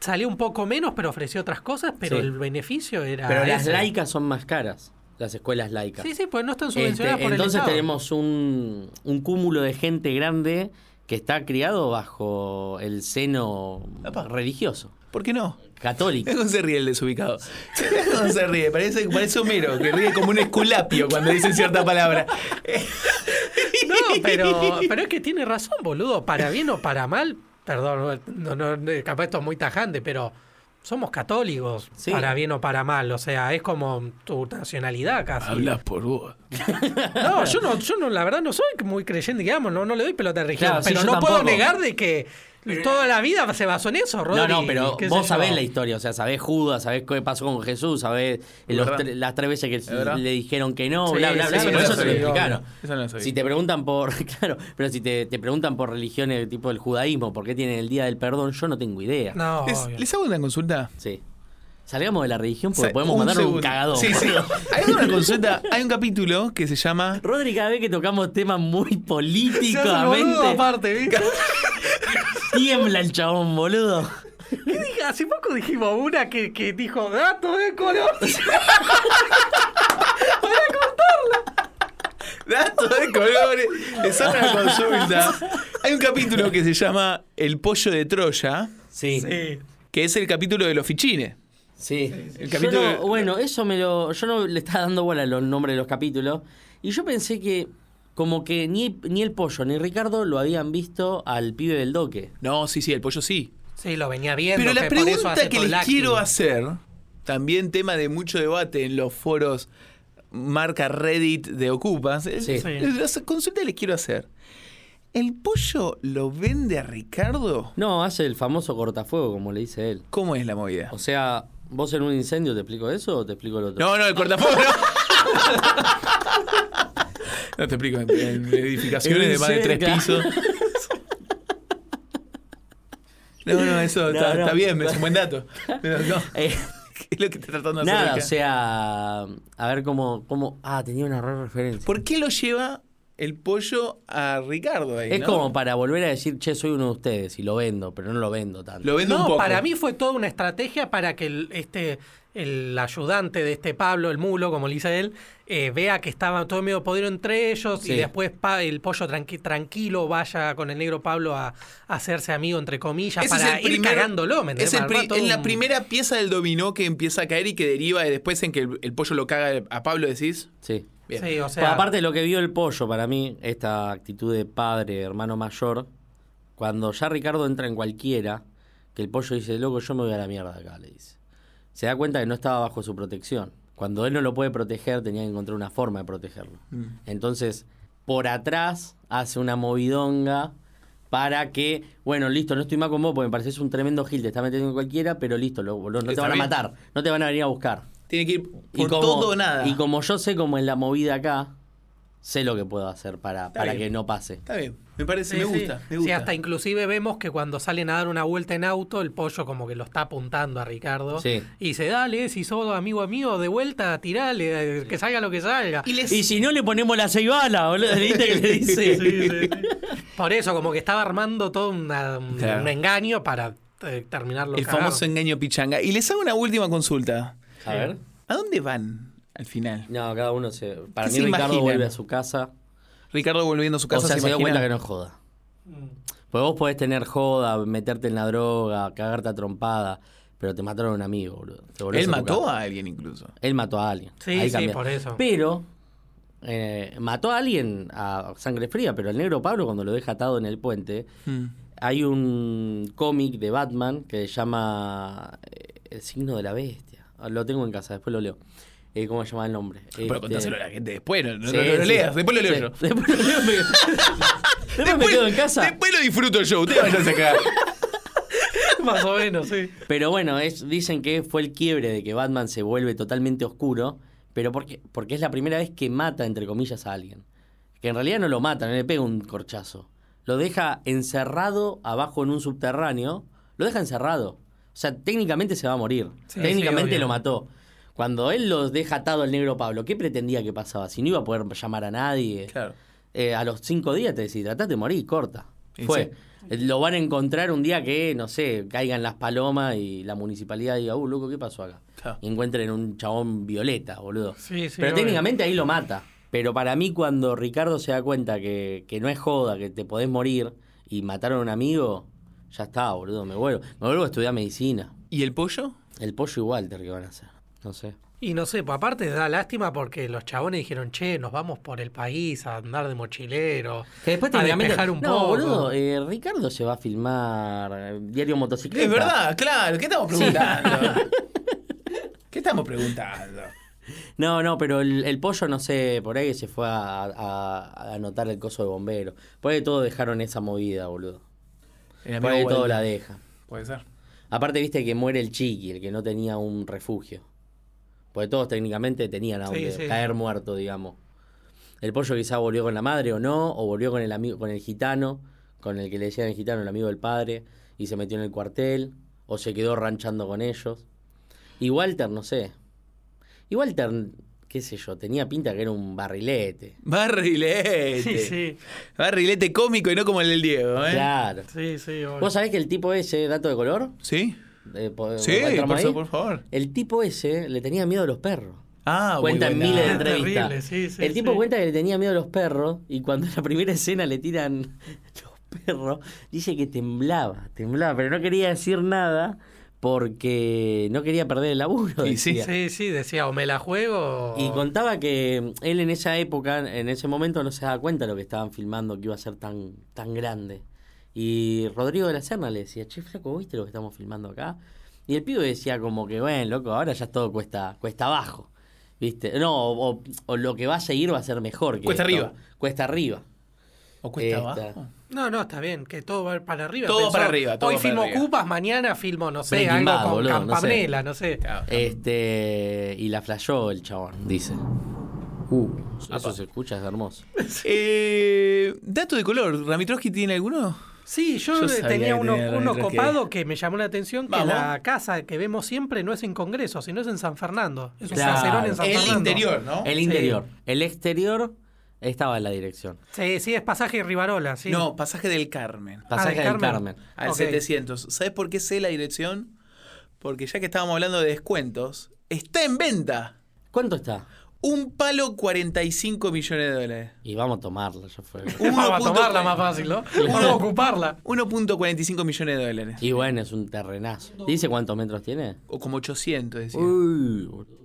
[SPEAKER 2] salió un poco menos, pero ofreció otras cosas, pero
[SPEAKER 3] Sí.
[SPEAKER 2] el beneficio era...
[SPEAKER 3] Pero las
[SPEAKER 2] ese.
[SPEAKER 3] laicas son más caras, las escuelas laicas.
[SPEAKER 2] Sí, sí, pues no están
[SPEAKER 3] Este,
[SPEAKER 2] subvencionadas por el
[SPEAKER 3] entonces
[SPEAKER 2] Estado.
[SPEAKER 3] tenemos un, un cúmulo de gente grande que está criado bajo el seno
[SPEAKER 1] Apa.
[SPEAKER 3] religioso,
[SPEAKER 1] ¿Por qué no?
[SPEAKER 3] católico.
[SPEAKER 1] Mirá cómo se ríe el desubicado. Mirá cómo se ríe. Parece, parece Homero, que ríe como un esculapio cuando dice cierta palabra.
[SPEAKER 2] No, pero, pero es que tiene razón, boludo. Para bien o para mal, perdón, no, no, no, capaz esto es muy tajante, pero somos católicos,
[SPEAKER 3] Sí.
[SPEAKER 2] para bien o para mal. O sea, es como tu nacionalidad casi.
[SPEAKER 1] Hablas por vos.
[SPEAKER 2] No, yo no, yo no, la verdad no soy muy creyente, digamos, no, no le doy pelota de religión,
[SPEAKER 3] Claro, sí,
[SPEAKER 2] pero
[SPEAKER 3] yo
[SPEAKER 2] no puedo
[SPEAKER 3] tampoco.
[SPEAKER 2] negar de que toda la vida se basó en eso, Rodri.
[SPEAKER 3] No, no, pero
[SPEAKER 2] qué sé
[SPEAKER 3] vos
[SPEAKER 2] yo.
[SPEAKER 3] sabés la historia, o sea, sabés Judas, sabés qué pasó con Jesús, sabés los
[SPEAKER 1] verdad.
[SPEAKER 3] tre- las tres veces que
[SPEAKER 1] verdad.
[SPEAKER 3] le dijeron que no,
[SPEAKER 2] Sí,
[SPEAKER 3] bla, bla,
[SPEAKER 2] sí,
[SPEAKER 3] bla,
[SPEAKER 2] sí,
[SPEAKER 3] pero
[SPEAKER 2] sí,
[SPEAKER 3] eso
[SPEAKER 2] sí,
[SPEAKER 3] te lo
[SPEAKER 2] sí,
[SPEAKER 3] explicaron.
[SPEAKER 1] Eso no soy.
[SPEAKER 3] Si te preguntan por, claro, pero si te, te preguntan por religiones tipo el judaísmo, por qué tienen el día del perdón, yo no tengo idea.
[SPEAKER 2] No,
[SPEAKER 1] les,
[SPEAKER 2] obvio.
[SPEAKER 1] les hago una consulta.
[SPEAKER 3] Sí. Salgamos de la religión porque
[SPEAKER 1] Sa-
[SPEAKER 3] podemos
[SPEAKER 1] un
[SPEAKER 3] mandarle un
[SPEAKER 1] segundo.
[SPEAKER 3] cagadón.
[SPEAKER 1] Sí, sí. Hay una consulta. Hay un capítulo que se llama.
[SPEAKER 3] Rodri, cada vez que tocamos temas muy
[SPEAKER 2] Se hace el boludo
[SPEAKER 3] políticamente,
[SPEAKER 2] aparte, ¿viste?
[SPEAKER 3] tiembla el chabón, boludo.
[SPEAKER 2] ¿Qué dije? Hace poco dijimos una que, que dijo gato de color.
[SPEAKER 1] Datos de colores. Les hago una consulta. Hay un capítulo que se llama El pollo de Troya,
[SPEAKER 3] Sí.
[SPEAKER 2] Sí.
[SPEAKER 1] que es el capítulo de los fichines.
[SPEAKER 3] Sí.
[SPEAKER 1] El
[SPEAKER 3] Yo
[SPEAKER 1] capítulo-
[SPEAKER 3] no- bueno, eso me lo. Yo no le estaba dando bola a los nombres de los capítulos. Y yo pensé que, como que ni, ni el pollo ni Ricardo lo habían visto al pibe del doque.
[SPEAKER 1] No, sí, sí, el pollo sí.
[SPEAKER 2] Sí, lo venía viendo.
[SPEAKER 1] Pero la
[SPEAKER 2] que por eso
[SPEAKER 1] pregunta
[SPEAKER 2] hace
[SPEAKER 1] que les
[SPEAKER 2] Polaski.
[SPEAKER 1] quiero hacer, también tema de mucho debate en los foros marca Reddit de Ocupas, es-
[SPEAKER 3] Sí.
[SPEAKER 2] Sí.
[SPEAKER 1] las consultas que les quiero hacer. ¿El pollo lo vende a Ricardo?
[SPEAKER 3] No, hace el famoso cortafuego, como le dice él.
[SPEAKER 1] ¿Cómo es la movida?
[SPEAKER 3] O sea, vos en un incendio te explico eso o te explico el otro.
[SPEAKER 1] No, no, el cortafuego no. No te explico, en, en edificaciones de más de tres
[SPEAKER 3] Cerca.
[SPEAKER 1] pisos. No, no, eso
[SPEAKER 3] No,
[SPEAKER 1] está,
[SPEAKER 3] no.
[SPEAKER 1] está bien, es un buen dato. Pero no,
[SPEAKER 3] Eh,
[SPEAKER 1] es lo que está tratando de hacer.
[SPEAKER 3] nada, o
[SPEAKER 1] acá.
[SPEAKER 3] sea, a ver cómo, cómo. Ah, tenía una re referencia.
[SPEAKER 1] ¿Por qué lo lleva el pollo a Ricardo ahí?
[SPEAKER 3] Es
[SPEAKER 1] no?
[SPEAKER 3] como para volver a decir, che, soy uno de ustedes y lo vendo, pero no lo vendo tanto.
[SPEAKER 1] Lo vendo un
[SPEAKER 2] No,
[SPEAKER 1] poco.
[SPEAKER 2] para mí fue toda una estrategia para que el, este, el ayudante de este Pablo, el mulo, como le dice él, eh, vea que estaban todo medio podrido entre ellos
[SPEAKER 3] Sí.
[SPEAKER 2] y después pa- el pollo tranqui- tranquilo vaya con el negro Pablo a, a hacerse amigo, entre comillas,
[SPEAKER 1] Ese
[SPEAKER 2] para ir
[SPEAKER 1] primer-
[SPEAKER 2] cagándolo. ¿me entendés?
[SPEAKER 1] es, el
[SPEAKER 2] Armar
[SPEAKER 1] pri-
[SPEAKER 2] todo
[SPEAKER 1] es la
[SPEAKER 2] un-
[SPEAKER 1] primera pieza del dominó que empieza a caer y que deriva de después en que el, el pollo lo caga a Pablo, decís.
[SPEAKER 3] Sí.
[SPEAKER 1] Bien.
[SPEAKER 2] Sí, o sea,
[SPEAKER 3] Pero aparte de lo que vio el pollo para mí, esta actitud de padre, hermano mayor, cuando ya Ricardo entra en cualquiera, que el pollo dice, loco, yo me voy a la mierda acá, le dice. Se da cuenta que no estaba bajo su protección. Cuando él no lo puede proteger, tenía que encontrar una forma de protegerlo. Entonces, por atrás hace una movidonga para que, bueno, listo, no estoy más con vos porque me pareces un tremendo gil, te está metiendo en cualquiera, pero listo, lo- lo- no te
[SPEAKER 1] Está
[SPEAKER 3] van a
[SPEAKER 1] bien.
[SPEAKER 3] matar, no te van a venir a buscar.
[SPEAKER 1] Tiene que ir
[SPEAKER 3] Y
[SPEAKER 1] por
[SPEAKER 3] como-
[SPEAKER 1] todo o nada.
[SPEAKER 3] Y como yo sé cómo es la movida acá, sé lo que puedo hacer para, para
[SPEAKER 1] bien.
[SPEAKER 3] que no pase.
[SPEAKER 1] Está bien, me parece,
[SPEAKER 2] Sí,
[SPEAKER 1] me
[SPEAKER 2] sí.
[SPEAKER 1] gusta. Me
[SPEAKER 2] Sí,
[SPEAKER 1] gusta.
[SPEAKER 2] hasta inclusive vemos que cuando salen a dar una vuelta en auto, el pollo como que lo está apuntando a Ricardo.
[SPEAKER 3] Sí.
[SPEAKER 2] Y dice, dale, si sos amigo mío, de vuelta, tirale, eh, que salga lo que salga.
[SPEAKER 1] Y les-
[SPEAKER 3] Y si no le ponemos la seis balas, boludo, ¿viste que le dice?
[SPEAKER 2] Por eso, como que estaba armando todo una- un,
[SPEAKER 1] Claro.
[SPEAKER 2] un engaño para eh, terminarlo.
[SPEAKER 1] el
[SPEAKER 2] cagado.
[SPEAKER 1] famoso engaño pichanga. Y les hago una última consulta.
[SPEAKER 3] A ver.
[SPEAKER 1] ¿A dónde van al final?
[SPEAKER 3] No, cada uno se. Para
[SPEAKER 1] ¿Qué
[SPEAKER 3] mí,
[SPEAKER 1] se
[SPEAKER 3] Ricardo
[SPEAKER 1] imaginan?
[SPEAKER 3] vuelve a su casa.
[SPEAKER 1] Ricardo volviendo a su casa
[SPEAKER 3] o sea, se, dio
[SPEAKER 1] imagina-
[SPEAKER 3] cuenta que no es joda. Pues vos podés tener joda, meterte en la droga, cagarte a trompada, pero te mataron a un amigo, boludo. Te volvés
[SPEAKER 1] Él
[SPEAKER 3] a tu
[SPEAKER 1] mató
[SPEAKER 3] casa.
[SPEAKER 1] a alguien incluso.
[SPEAKER 3] Él mató a alguien.
[SPEAKER 2] Sí,
[SPEAKER 3] Ahí
[SPEAKER 2] sí,
[SPEAKER 3] cambia.
[SPEAKER 2] por eso.
[SPEAKER 3] Pero eh, mató a alguien a sangre fría, pero el negro Pablo cuando lo deja atado en el puente,
[SPEAKER 1] Mm.
[SPEAKER 3] hay un cómic de Batman que se llama eh, El signo de la bestia. Ah, Lo tengo en casa, después lo leo. Eh, ¿Cómo se llama el nombre?
[SPEAKER 1] Pero
[SPEAKER 3] Este-
[SPEAKER 1] contáselo a la gente después, no, no-
[SPEAKER 3] Sí,
[SPEAKER 1] no lo
[SPEAKER 3] sí.
[SPEAKER 1] leas, después lo leo
[SPEAKER 3] Sí,
[SPEAKER 1] yo.
[SPEAKER 3] Después lo leo. me- después me quedo en casa.
[SPEAKER 1] Después lo disfruto yo, usted vaya a sacar.
[SPEAKER 2] Más o menos, sí.
[SPEAKER 3] Pero bueno, es, dicen que fue el quiebre de que Batman se vuelve totalmente oscuro, pero porque, porque es la primera vez que mata, entre comillas, a alguien. Que en realidad no lo mata, no le pega un corchazo. Lo deja encerrado abajo en un subterráneo, lo deja encerrado. O sea, técnicamente se va a morir.
[SPEAKER 2] Sí,
[SPEAKER 3] técnicamente
[SPEAKER 2] sí, obvio.
[SPEAKER 3] lo mató. Cuando él los deja atado el negro Pablo, ¿qué pretendía que pasaba? Si no iba a poder llamar a nadie.
[SPEAKER 1] Claro.
[SPEAKER 3] Eh, a los cinco días te decís, tratate de morir, corta.
[SPEAKER 1] Y
[SPEAKER 3] Fue. Eh, Lo van a encontrar un día que, no sé, caigan las palomas y la municipalidad diga, uh, loco, ¿qué pasó acá?
[SPEAKER 1] Claro.
[SPEAKER 3] Y encuentren un chabón violeta, boludo.
[SPEAKER 2] Sí, sí,
[SPEAKER 3] Pero
[SPEAKER 2] obvio.
[SPEAKER 3] técnicamente ahí lo mata. Pero para mí, cuando Ricardo se da cuenta que, que no es joda, que te podés morir y mataron a un amigo, ya está, boludo, me vuelvo. Me vuelvo a estudiar medicina.
[SPEAKER 1] ¿Y el pollo?
[SPEAKER 3] El pollo y Walter, ¿qué van a hacer? No sé.
[SPEAKER 2] Y no sé, pues aparte da lástima porque los chabones dijeron, che, nos vamos por el país a andar de mochilero.
[SPEAKER 3] Que después
[SPEAKER 2] a
[SPEAKER 3] técnicamente-
[SPEAKER 2] despejar un
[SPEAKER 3] no,
[SPEAKER 2] poco.
[SPEAKER 3] boludo, eh, Ricardo se va a filmar eh, Diario Motocicleta.
[SPEAKER 1] Es verdad, claro. ¿Qué estamos preguntando? ¿Qué estamos preguntando?
[SPEAKER 3] No, no, pero el, el pollo, no sé, por ahí se fue a, a- a anotar el coso de bombero. Por ahí todos dejaron esa movida, boludo.
[SPEAKER 1] El amigo
[SPEAKER 3] Por ahí todo
[SPEAKER 1] Walter.
[SPEAKER 3] la deja.
[SPEAKER 1] Puede ser.
[SPEAKER 3] Aparte, viste que muere el chiqui, el que no tenía un refugio. Porque todos técnicamente tenían a
[SPEAKER 2] Sí,
[SPEAKER 3] donde
[SPEAKER 2] sí.
[SPEAKER 3] caer muerto, digamos. El pollo quizá volvió con la madre o no, o volvió con el amigo, con el gitano, con el que le decían el gitano, el amigo del padre, y se metió en el cuartel, o se quedó ranchando con ellos. Y Walter, no sé. Y Walter, qué sé yo, tenía pinta que era un barrilete.
[SPEAKER 1] ¿Eh? Barrilete.
[SPEAKER 3] este,
[SPEAKER 2] Sí, sí,
[SPEAKER 1] Barrilete cómico y no como el del Diego, ¿eh?
[SPEAKER 3] Claro.
[SPEAKER 2] sí, sí. obvio.
[SPEAKER 3] ¿Vos sabés que el tipo ese, dato de color?
[SPEAKER 1] ¿Sí?
[SPEAKER 3] Eh, po-
[SPEAKER 1] Sí,
[SPEAKER 3] ¿entramos
[SPEAKER 1] por,
[SPEAKER 3] ahí?
[SPEAKER 1] su- por favor.
[SPEAKER 3] El tipo ese le tenía miedo a los perros.
[SPEAKER 1] Ah, muy
[SPEAKER 3] cuenta en
[SPEAKER 1] buena.
[SPEAKER 3] miles de
[SPEAKER 2] Terrible,
[SPEAKER 3] entrevistas.
[SPEAKER 2] sí, sí,
[SPEAKER 3] el tipo
[SPEAKER 2] sí.
[SPEAKER 3] cuenta que le tenía miedo a los perros y cuando en la primera escena le tiran los perros, dice que temblaba, temblaba, pero no quería decir nada porque no quería perder el laburo.
[SPEAKER 1] Y sí.
[SPEAKER 3] decía.
[SPEAKER 2] Sí, sí, decía, o me la juego. o-
[SPEAKER 3] Y contaba que mm, él en esa época, en ese momento, no se daba cuenta de lo que estaban filmando, que iba a ser tan, tan grande. Y Rodrigo de la Serna le decía, che, flaco, ¿viste lo que estamos filmando acá? Y el pibe decía como que, bueno, loco, ahora ya todo cuesta, cuesta abajo. ¿Viste? No, o, o- o lo que va a seguir va a ser mejor. que
[SPEAKER 1] Cuesta
[SPEAKER 3] esto.
[SPEAKER 1] arriba.
[SPEAKER 3] Cuesta arriba.
[SPEAKER 1] ¿O cuesta
[SPEAKER 3] Esta.
[SPEAKER 1] abajo?
[SPEAKER 2] No, no, está bien, que todo va a ir para arriba.
[SPEAKER 1] Todo para arriba, todo
[SPEAKER 2] Hoy
[SPEAKER 1] para
[SPEAKER 2] filmo
[SPEAKER 1] arriba.
[SPEAKER 2] Cupas, mañana filmo, no sé,
[SPEAKER 3] Breaking
[SPEAKER 2] algo
[SPEAKER 3] Bad,
[SPEAKER 2] con
[SPEAKER 3] boludo, no sé.
[SPEAKER 2] Campanella, no sé.
[SPEAKER 1] Claro.
[SPEAKER 3] Este, y la flayó el chabón, dice. Uh, eso se escucha, es hermoso.
[SPEAKER 1] Eh, dato de color, ¿Ramitroski tiene alguno?
[SPEAKER 2] Sí, yo,
[SPEAKER 1] Yo
[SPEAKER 2] eh,
[SPEAKER 1] sabía
[SPEAKER 2] tenía
[SPEAKER 1] que
[SPEAKER 2] uno,
[SPEAKER 1] tenía
[SPEAKER 2] uno
[SPEAKER 1] que-
[SPEAKER 2] copado que me llamó la atención, que
[SPEAKER 1] Vamos.
[SPEAKER 2] la casa que vemos siempre no es en Congreso, sino es en San Fernando. Es un
[SPEAKER 3] Claro.
[SPEAKER 2] caserón en San
[SPEAKER 1] El
[SPEAKER 2] Fernando.
[SPEAKER 1] interior, ¿no?
[SPEAKER 3] El interior. El exterior estaba en la dirección.
[SPEAKER 2] Sí, sí, es pasaje Rivarola, sí.
[SPEAKER 1] No, pasaje del Carmen.
[SPEAKER 3] Pasaje
[SPEAKER 2] Ah,
[SPEAKER 3] del
[SPEAKER 2] del
[SPEAKER 3] Carmen.
[SPEAKER 2] Carmen.
[SPEAKER 1] Al
[SPEAKER 2] Ok.
[SPEAKER 1] 700. ¿Sabes por qué sé la dirección? Porque ya que estábamos hablando de descuentos, está en venta
[SPEAKER 3] ¿Cuánto está?
[SPEAKER 1] un palo 45 millones de dólares.
[SPEAKER 3] Y vamos a tomarla, ya fue.
[SPEAKER 1] Uno
[SPEAKER 2] Para
[SPEAKER 1] punto
[SPEAKER 2] tomarla
[SPEAKER 1] cua-
[SPEAKER 2] más fácil, ¿no?
[SPEAKER 1] Claro.
[SPEAKER 2] Para ocuparla.
[SPEAKER 1] 1.45 millones de dólares.
[SPEAKER 3] Y bueno, es un terrenazo. ¿Dice cuántos metros tiene?
[SPEAKER 1] O como 800, decía.
[SPEAKER 3] Uh. Uy, boludo.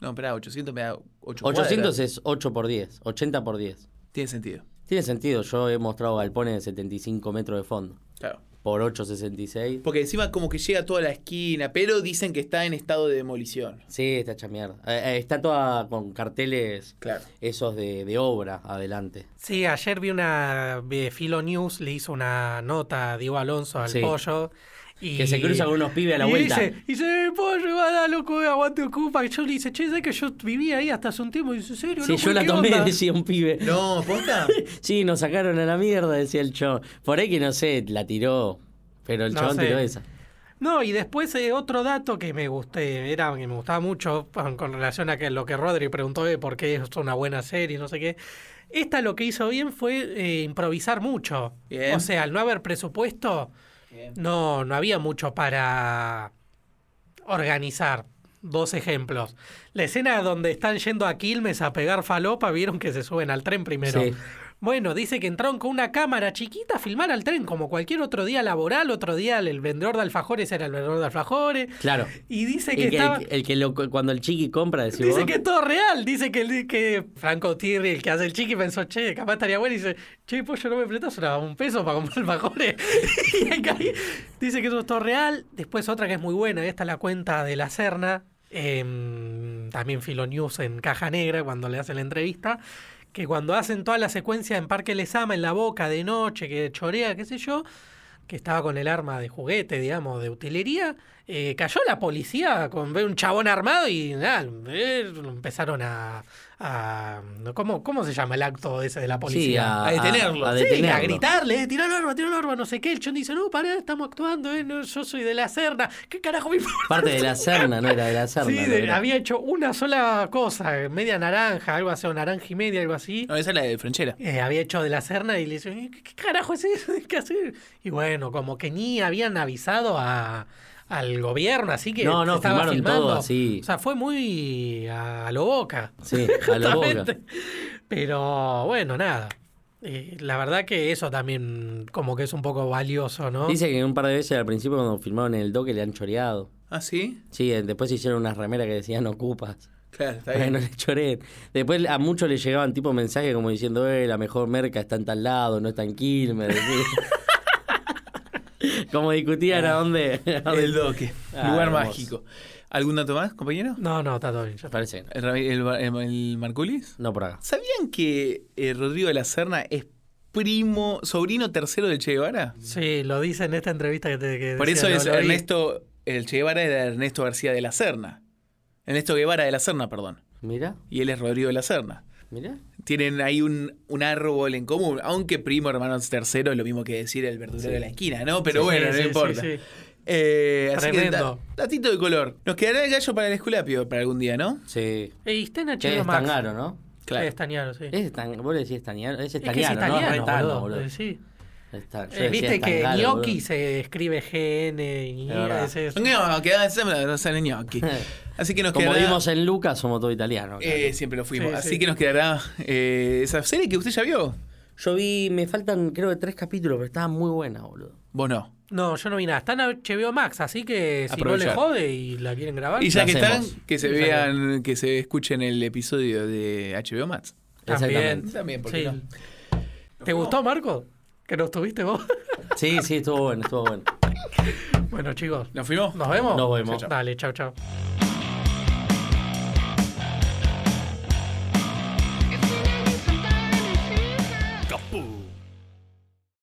[SPEAKER 1] No, espera, 800 me da 8
[SPEAKER 3] 800 es 8 por 10, 80 por 10.
[SPEAKER 1] Tiene sentido.
[SPEAKER 3] Tiene sentido, yo he mostrado galpones de 75 metros de fondo.
[SPEAKER 1] Claro.
[SPEAKER 3] Por 8,66.
[SPEAKER 1] Porque encima como que llega a toda la esquina, pero dicen que está en estado de demolición.
[SPEAKER 3] Sí, está hecha mierda. Eh, eh, está toda con carteles
[SPEAKER 1] Claro.
[SPEAKER 3] esos de, de obra adelante.
[SPEAKER 2] Sí, ayer vi una. eh, Filo News le hizo una nota a Diego Alonso al
[SPEAKER 3] Sí.
[SPEAKER 2] pollo. Y,
[SPEAKER 3] Que se cruza con unos pibes a la
[SPEAKER 2] y
[SPEAKER 3] vuelta.
[SPEAKER 2] Dice, y dice, "Eh, pollo, va, da, loco, eh, aguante ocupa. Y yo le dice, che, ¿sabes que yo vivía ahí hasta hace un tiempo? Y dice, "¿En serio?
[SPEAKER 3] Si
[SPEAKER 2] loco?
[SPEAKER 3] yo la
[SPEAKER 2] ¿Qué
[SPEAKER 3] tomé,
[SPEAKER 2] onda?".
[SPEAKER 3] decía un pibe.
[SPEAKER 1] No, ¿posta?
[SPEAKER 3] Sí, nos sacaron a la mierda, decía el chabón. Por ahí que no sé, la tiró. Pero el
[SPEAKER 2] No
[SPEAKER 3] chabón
[SPEAKER 2] sé.
[SPEAKER 3] tiró esa.
[SPEAKER 2] No, y después eh, otro dato que me gusté, era que me gustaba mucho con, con relación a que lo que Rodri preguntó de por qué es una buena serie, no sé qué. Esta lo que hizo bien fue eh, improvisar mucho.
[SPEAKER 1] Bien.
[SPEAKER 2] O sea, al no haber presupuesto, no, no había mucho para organizar. Dos ejemplos. La escena donde están yendo a Quilmes a pegar falopa, vieron que se suben al tren primero.
[SPEAKER 3] Sí.
[SPEAKER 2] Bueno, dice que entraron con una cámara chiquita a filmar al tren, como cualquier otro día laboral, otro día el vendedor de alfajores era el vendedor de alfajores.
[SPEAKER 3] Claro.
[SPEAKER 2] Y dice
[SPEAKER 3] El
[SPEAKER 2] que
[SPEAKER 3] que,
[SPEAKER 2] estaba...
[SPEAKER 3] el- el que lo- cuando el chiqui compra, decís
[SPEAKER 2] Dice
[SPEAKER 3] vos.
[SPEAKER 2] que es todo real, dice que, el- que Franco Tirri, el que hace el chiqui, pensó, che, capaz estaría bueno, y dice, che, pollo, no me prestás una- un peso para comprar alfajores. y acá ahí dice que eso es todo real. Después otra que es muy buena, esta es la cuenta de la Serna, em, también Filonews en Caja Negra, cuando le hacen la entrevista, que cuando hacen toda la secuencia en Parque Lesama, en la boca, de noche, que chorea, qué sé yo, que estaba con el arma de juguete, digamos, de utilería, eh, cayó la policía con ver un chabón armado y nada, eh, lo empezaron a, a ¿cómo, ¿Cómo se llama el acto ese de la policía?
[SPEAKER 3] Sí, a,
[SPEAKER 1] A detenerlo.
[SPEAKER 3] A,
[SPEAKER 1] Sí,
[SPEAKER 2] Sí,
[SPEAKER 3] detenerlo.
[SPEAKER 2] a gritarle, eh, tira el arma, tira el arma, no sé qué. El chon dice, no, pará, estamos actuando, eh, no, yo soy de la Serna. ¿Qué carajo me importa?
[SPEAKER 3] Parte de la Serna, no era de la Serna.
[SPEAKER 2] Sí,
[SPEAKER 3] no
[SPEAKER 2] de-
[SPEAKER 3] era.
[SPEAKER 2] había hecho una sola cosa, eh, media naranja, algo así, o naranja y media, algo así.
[SPEAKER 1] No, esa es la de Fronchera.
[SPEAKER 2] Eh, había hecho de la Serna y le dice, "Eh, ¿qué, qué carajo es eso? ¿Qué hacer? Y bueno, como que ni habían avisado a- al gobierno, así que
[SPEAKER 3] No, no,
[SPEAKER 2] se estaba
[SPEAKER 3] filmaron
[SPEAKER 2] filmando.
[SPEAKER 3] todo así.
[SPEAKER 2] O sea, fue muy a, a lo boca.
[SPEAKER 3] Sí, a la boca.
[SPEAKER 2] Exactamente. Pero bueno, nada. Eh, la verdad que eso también como que es un poco valioso, ¿no?
[SPEAKER 3] Dice que un par de veces al principio cuando filmaron el doque le han choreado.
[SPEAKER 1] ¿Ah, sí?
[SPEAKER 3] Sí, eh, después hicieron unas remeras que decían ocupas.
[SPEAKER 1] Claro, está bien.
[SPEAKER 3] Bueno, le choré. Después a muchos le llegaban tipo mensajes como diciendo, eh, la mejor merca está en tal lado, no está en Quilmes. sí. como discutían
[SPEAKER 2] Ah.
[SPEAKER 3] a dónde. a dónde-
[SPEAKER 1] El Doque,
[SPEAKER 3] Ah,
[SPEAKER 1] lugar
[SPEAKER 3] hermoso.
[SPEAKER 1] mágico. ¿Algún dato más, compañero?
[SPEAKER 2] No, no, está todo bien. ya está.
[SPEAKER 3] Parece. que no.
[SPEAKER 1] ¿El, Ra- el, Ba- el, el Marculis?
[SPEAKER 3] No por acá.
[SPEAKER 1] ¿Sabían que eh, Rodrigo de la Serna es primo, sobrino tercero del Che Guevara?
[SPEAKER 2] Sí, lo dice en esta entrevista que te que
[SPEAKER 1] Por eso
[SPEAKER 2] decía, lo-
[SPEAKER 1] es
[SPEAKER 2] lo vi.
[SPEAKER 1] Ernesto, el Che Guevara era Ernesto García de la Serna. Ernesto Guevara de la Serna, perdón.
[SPEAKER 3] Mira,
[SPEAKER 1] Y él es Rodrigo de la Serna.
[SPEAKER 3] mira.
[SPEAKER 1] Tienen ahí un, un árbol en común, aunque primo, hermanos tercero es lo mismo que decir el verdulero de la esquina, ¿no? Pero
[SPEAKER 2] Sí,
[SPEAKER 1] bueno, no
[SPEAKER 2] sí, sí,
[SPEAKER 1] importa.
[SPEAKER 2] sí.
[SPEAKER 1] Eh, así que
[SPEAKER 2] Tremendo.
[SPEAKER 1] da- datito de color. Nos quedará el gallo para el esculapio para algún día, ¿no?
[SPEAKER 3] Sí.
[SPEAKER 2] Y está en
[SPEAKER 3] Che,
[SPEAKER 2] HBO
[SPEAKER 3] es
[SPEAKER 2] Max.
[SPEAKER 3] tangaro, ¿no?
[SPEAKER 1] Claro.
[SPEAKER 2] Es Tangaro, sí.
[SPEAKER 3] Es tan, vos le decís estañano, es
[SPEAKER 2] Es que es
[SPEAKER 3] estañano, ¿no?
[SPEAKER 2] italiano,
[SPEAKER 3] Retano,
[SPEAKER 2] boludo.
[SPEAKER 3] boludo.
[SPEAKER 2] Eh, sí.
[SPEAKER 3] Está- yo
[SPEAKER 2] Eh,
[SPEAKER 3] decía
[SPEAKER 2] Viste que
[SPEAKER 3] tangaro,
[SPEAKER 2] gnocchi
[SPEAKER 3] boludo.
[SPEAKER 2] se escribe GN y
[SPEAKER 3] Es verdad.
[SPEAKER 2] es eso.
[SPEAKER 1] No, queda no sale ñoqui. Así que nos
[SPEAKER 3] Como
[SPEAKER 1] quedará.
[SPEAKER 3] vimos en Lucas, somos todos italianos. acá.
[SPEAKER 1] eh, siempre lo fuimos.
[SPEAKER 2] Sí,
[SPEAKER 1] Así
[SPEAKER 2] sí.
[SPEAKER 1] que nos quedará eh, esa serie que usted ya vio.
[SPEAKER 3] Yo vi, me faltan creo que tres capítulos, pero estaban muy buenas, boludo.
[SPEAKER 1] Vos no.
[SPEAKER 2] No, yo no vi nada. Está en HBO Max, así que si
[SPEAKER 1] Aprovechar.
[SPEAKER 2] no le jode y la quieren grabar.
[SPEAKER 1] Y ya
[SPEAKER 3] Lo
[SPEAKER 1] que
[SPEAKER 3] hacemos.
[SPEAKER 1] están, que se
[SPEAKER 2] Sí,
[SPEAKER 1] vean, que se escuchen el episodio de HBO Max.
[SPEAKER 2] también.
[SPEAKER 3] Exactamente.
[SPEAKER 1] También, ¿por qué
[SPEAKER 2] Sí.
[SPEAKER 1] no?
[SPEAKER 2] ¿Te gustó, Marco? Que nos tuviste vos.
[SPEAKER 3] Sí, sí, estuvo bueno, estuvo bueno.
[SPEAKER 2] bueno, chicos,
[SPEAKER 1] ¿Nos fuimos?
[SPEAKER 2] ¿nos vemos?
[SPEAKER 3] Nos vemos.
[SPEAKER 2] Dale, chao, chao.